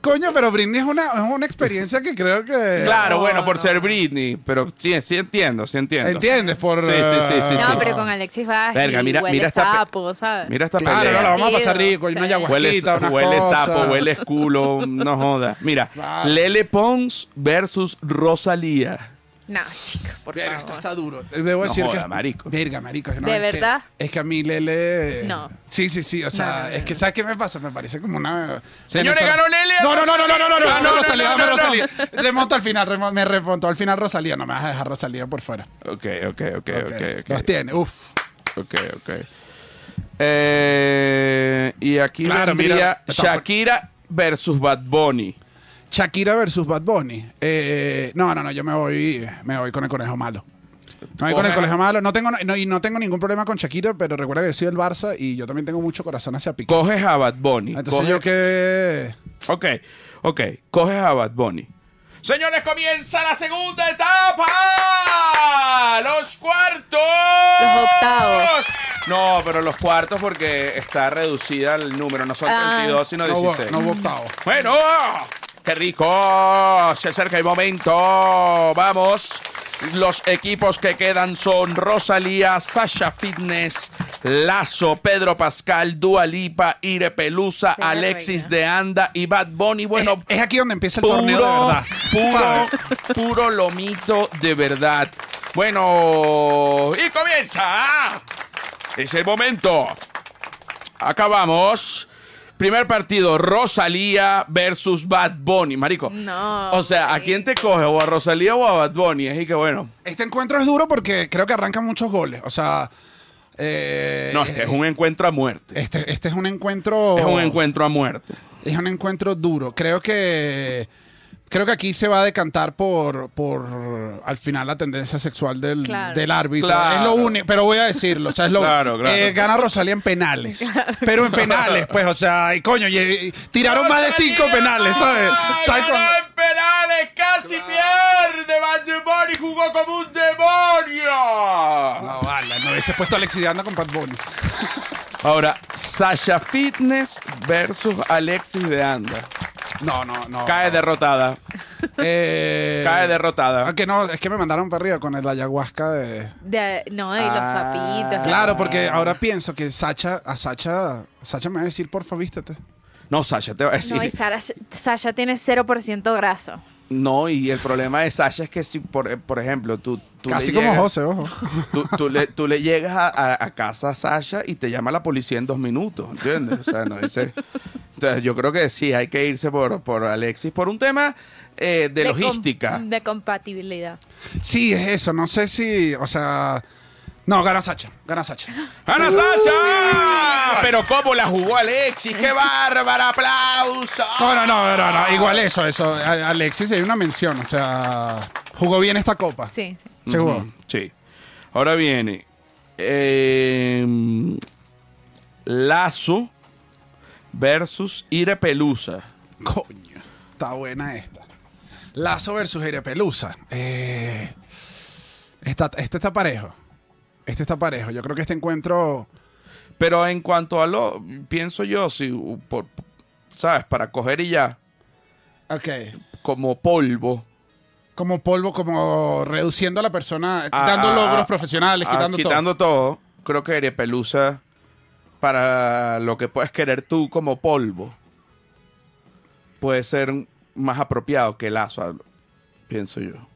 Coño, pero Britney es una, es una experiencia que creo que...
Claro,
No,
bueno, por
no.
ser Britney, pero sí, sí entiendo, sí entiendo.
¿Entiendes? Por,
Sí, sí, sí, sí,
eh,
sí.
No, pero con Alexis vas
Verga,
y
mira-
huele
mira esta pe-
sapo, ¿sabes?
Mira esta
Claro,
pelea.
no, la vamos a pasar rico. Y
Sí.
una
Huele,
ayahuasquita, una
huele
cosa.
sapo, huele culo, no joda. Mira,
Claro.
Lele Pons versus Rosalía.
No, chico, por
Verga,
favor.
esta está duro. Eh, Debo
No
decir
joda,
que.
marico.
Verga, marico. no,
¿De
es que-
verdad?
es que a mí Lele.
No.
Sí, sí, sí. O sea,
No, no, no,
es que
no.
¿sabes qué me pasa? Me parece como una.
Señores,
Venezolana.
ganó Lele.
No, no, no, no, no, no, no, no,
Ganó
ganó Rosalía,
Lele,
ganó
no, no.
Rosalía. Remonto al final, remo- me remontó al final Rosalía. No me vas a dejar Rosalía por fuera.
Ok, ok, ok,
Ok,
ok. ok.
Los tiene, uf.
Ok, ok. Eh, y aquí
Claro,
vendría
mira, está-
Shakira versus Bad Bunny.
Shakira versus Bad Bunny. Eh, no, no, no, yo me voy, me voy con el conejo malo. Me voy con el
Conejo.
conejo malo. No tengo, no, y no tengo ningún problema con Shakira, pero recuerda que yo soy del Barça y yo también tengo mucho corazón hacia Piqué.
Coges a Bad Bunny.
Ah, Entonces
Coges-
yo que...
Ok, ok. Coges a Bad Bunny. Señores, comienza la segunda etapa. Los cuartos.
Los octavos.
No, pero los cuartos porque está reducida el número. No son
Ah.
32, sino
No, hubo-
16.
no hubo octavo.
Bueno, qué rico. Se acerca el momento. Vamos. Los equipos que quedan son Rosalía, Sasha Fitness, Lazo, Pedro Pascal, Dua Lipa, Ire Pelusa,
Qué
Alexis
reina.
de Anda y Bad Bunny. Bueno,
es, es aquí donde empieza el
puro,
torneo de verdad. ¿sabes?
puro, puro lomito de verdad. Bueno, y comienza. Es el momento. Acabamos. Primer partido, Rosalía versus Bad Bunny, marico.
No,
O sea, ¿a
marico.
quién te coge? ¿O a Rosalía o a Bad Bunny? Así que bueno.
Este encuentro es duro porque creo que arrancan muchos goles. O sea, Eh,
No, este es un encuentro a muerte.
este, este es un encuentro.
Es un encuentro a muerte.
Es un encuentro duro. Creo que. Creo que aquí se va a decantar por, por al final la tendencia sexual del,
Claro.
del árbitro.
Claro.
Es lo único, pero voy a decirlo. O sea, es lo,
Claro, claro.
Eh, gana Rosalía en penales. Pero en penales, pues, o sea, y coño, y, y tiraron más de cinco penales, ¿sabes? ¿Sabes cuándo?
en penales! ¡Casi pierde! ¡Van de Boni jugó como un demonio!
No, Ah, vale, no hubiese puesto a Alexis de Anda con Pat Bunny.
Ahora, Sasha Fitness versus Alexis de Anda.
No, no, no.
Cae derrotada.
Eh,
Cae derrotada.
Aunque no, es que me mandaron para arriba con el ayahuasca de.
De- no, y los
Ah,
sapitos.
Claro, porque ahora pienso que Sacha, a Sacha, Sacha me va a decir, porfa, vístete.
No, Sasha te va a
No, y
decir.
Sara- Sasha tiene 0% graso.
No, y el problema de Sasha es que si, por, por ejemplo, tú, tú le
Casi como
llegas-
José, ojo.
Tú, tú le, tú le llegas a, a- a casa a Sasha y te llama la policía en dos minutos, ¿entiendes? O sea, no dice... O sea, yo creo que sí, hay que irse por, por Alexis por un tema eh, de,
com-
logística.
de compatibilidad.
Sí, es eso. No sé si, o sea... No, gana Sacha. Gana Sacha.
¡Ana Sasha! Pero cómo la jugó Alexis, qué bárbara, aplauso.
No, no, no, no, no. Igual eso, eso. A- Alexis, hay una mención. O sea, jugó bien esta copa.
Sí, sí.
Se jugó.
Ujú, Sí. Ahora viene em, Lazo versus Ire Pelusa.
Coño. Está buena esta. Lazo versus Jair Pelusa. Eh, esta- este está parejo. Este está parejo. Yo creo que este encuentro...
Pero en cuanto a lo, pienso yo, si, u- por- ¿sabes? Para coger y ya,
Ok.
como polvo,
Como polvo, como reduciendo a la persona,
a-
quitando
a-
logros
a-
profesionales,
a-
quitando,
ah, quitando todo. creo que Ire Pelusa, para lo que puedes querer tú como polvo, puede ser más apropiado que Lazo, a- pienso yo.
todo.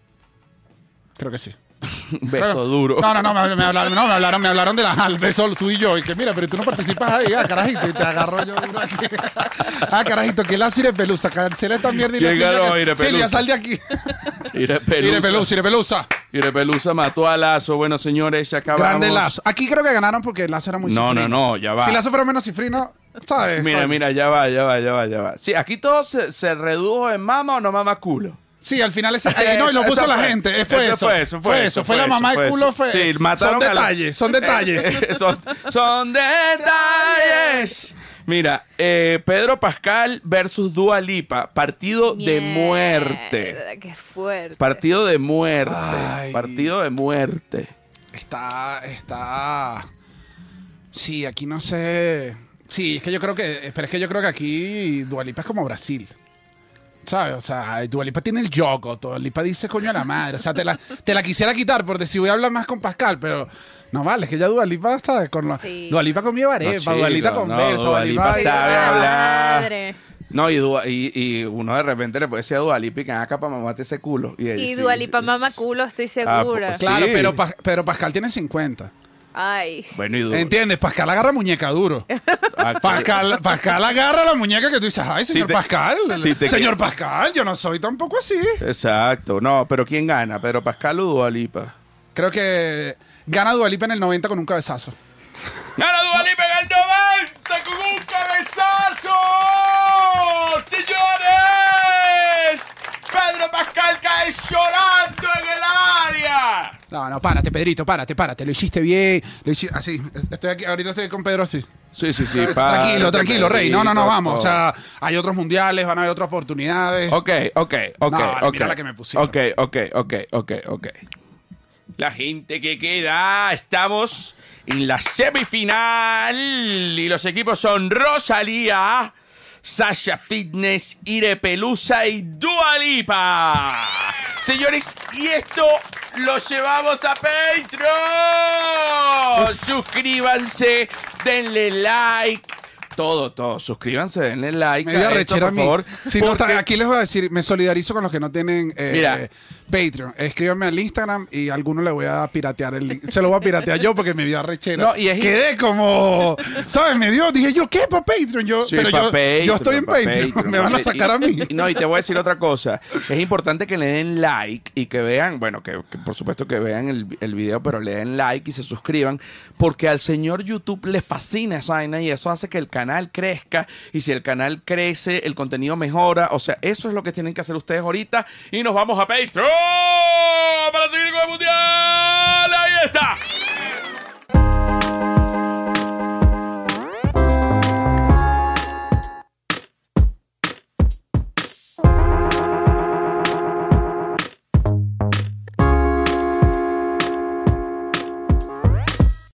Creo que sí.
Beso
Claro.
duro.
No, no, no, me, me hablaron, no, me hablaron, me hablaron de la al beso tú y yo. Y que mira, pero tú no participas ahí, ah, carajito, y te agarro yo duro aquí. Ah, carajito, que lazo Ire Pelusa, cancela esta mierda y le
Llega
Silvia
lo
que-
Ire
Silvia,
Pelusa.
sal de aquí.
Ire
Ire Pelusa,
Pelusa.
Ire Pelusa.
Ire Pelusa mató a Lazo. Bueno, señores, ya acabamos.
Grande lazo. Aquí creo que ganaron porque lazo era muy
No,
cifrino.
no, no, ya va.
Si lazo fuera menos cifrino, ¿sabes?
Mira,
Coño.
mira, ya va, ya va, ya va, ya va. Sí, aquí todo se, se redujo en mama o no mama culo.
Sí, al final ese, eh, no, y lo
Eso
puso la
fue-
gente. eh, Fue
eso
eso.
fue eso, fue eso, fue
Fue la
eso,
mamá
fue
de
eso.
culo. Fue,
Sí, mataron
son
a la-
detalles, son detalles.
Eh, son, son detalles. Mira, eh, Pedro Pascal versus Dua Lipa. Partido de
Mierda,
muerte.
Qué fuerte.
Partido de muerte.
Ay.
Partido de muerte.
Está, está. Sí, aquí no sé. Sí, es que yo creo que. Pero es que yo creo que aquí Dualipa es como Brasil. ¿Sabes? O sea, Dualipa tiene el yogo. Dualipa dice coño a la madre. O sea, te la, te la quisiera quitar por decir voy a hablar más con Pascal, pero. No vale, es que ya Dualipa, ¿sabes? Con lo,
Sí.
Dualipa comía
No,
arepa,
chico,
Dualipa con
no,
verso,
Dua Lipa
Dualipa.
sabe hablar.
Madre.
No, y, Dua- y, y uno de repente le puede decir a Dualipa y que acá para mamarte ese culo. Y,
Y
sí,
Dualipa
sí,
mama
sí.
culo, estoy
Ah,
segura.
pues,
Claro,
Sí.
pero, Pas- pero Pascal tiene 50.
Ay.
Bueno, y Dua-
¿Entiendes? Pascal agarra muñeca duro.
Ah,
Pascal, Pascal agarra la muñeca que tú dices, ay,
Si
señor
te-
Pascal.
si te-
señor Pascal, yo no soy tampoco así.
Exacto. No, pero ¿quién gana? ¿Pedro Pascal o Dualipa?
Creo que gana Dualipa en el 90 con un cabezazo.
¡Gana Dualipa en el 90 con un cabezazo! ¡Señores! ¡Pedro Pascal cae llorando en el área!
No, no, párate, Pedrito, párate, párate. Lo hiciste bien. Lo hiciste así. Estoy aquí, ahorita estoy con Pedro así.
Sí, sí, sí.
tranquilo,
párate,
tranquilo, Rey. No, no, no,
Pedrito,
vamos. O
todo.
sea, hay otros mundiales, van a haber otras oportunidades.
Ok, ok, ok.
vale, mira
ok.
la que me pusieron.
Ok, ok, ok, ok, ok. La gente que queda, estamos en la semifinal y los equipos son Rosalía, Sasha Fitness, Ire Pelusa y Dualipa. Señores, y esto lo llevamos a Patreon. Suscríbanse, denle like Todo, todo. Suscríbanse, denle like.
Me voy a
esto,
rechera a
por
mí.
favor.
Si no
porque-
está- aquí les voy a decir, me solidarizo con los que no tienen eh,
Mira.
eh, Patreon. Escríbanme al Instagram y a alguno le voy a piratear el link. Se lo voy a piratear yo porque me dio arrechera.
No, y es-
Quedé como, ¿sabes? Me dio, dije yo, ¿qué para Patreon? Yo,
Sí,
pero
pa'
yo,
Patreon,
yo estoy en
pa'
Patreon. me van a
Y-
sacar a mí.
y- No, y te voy a decir otra cosa. Es importante que le den like y que vean, bueno, que, que por supuesto que vean el, el video, pero le den like y se suscriban, porque al señor YouTube le fascina esa vaina y eso hace que el canal crezca. Y si el canal crece, el contenido mejora. O sea, eso es lo que tienen que hacer ustedes ahorita. Y nos vamos a Patreon para seguir con el mundial. Ahí está.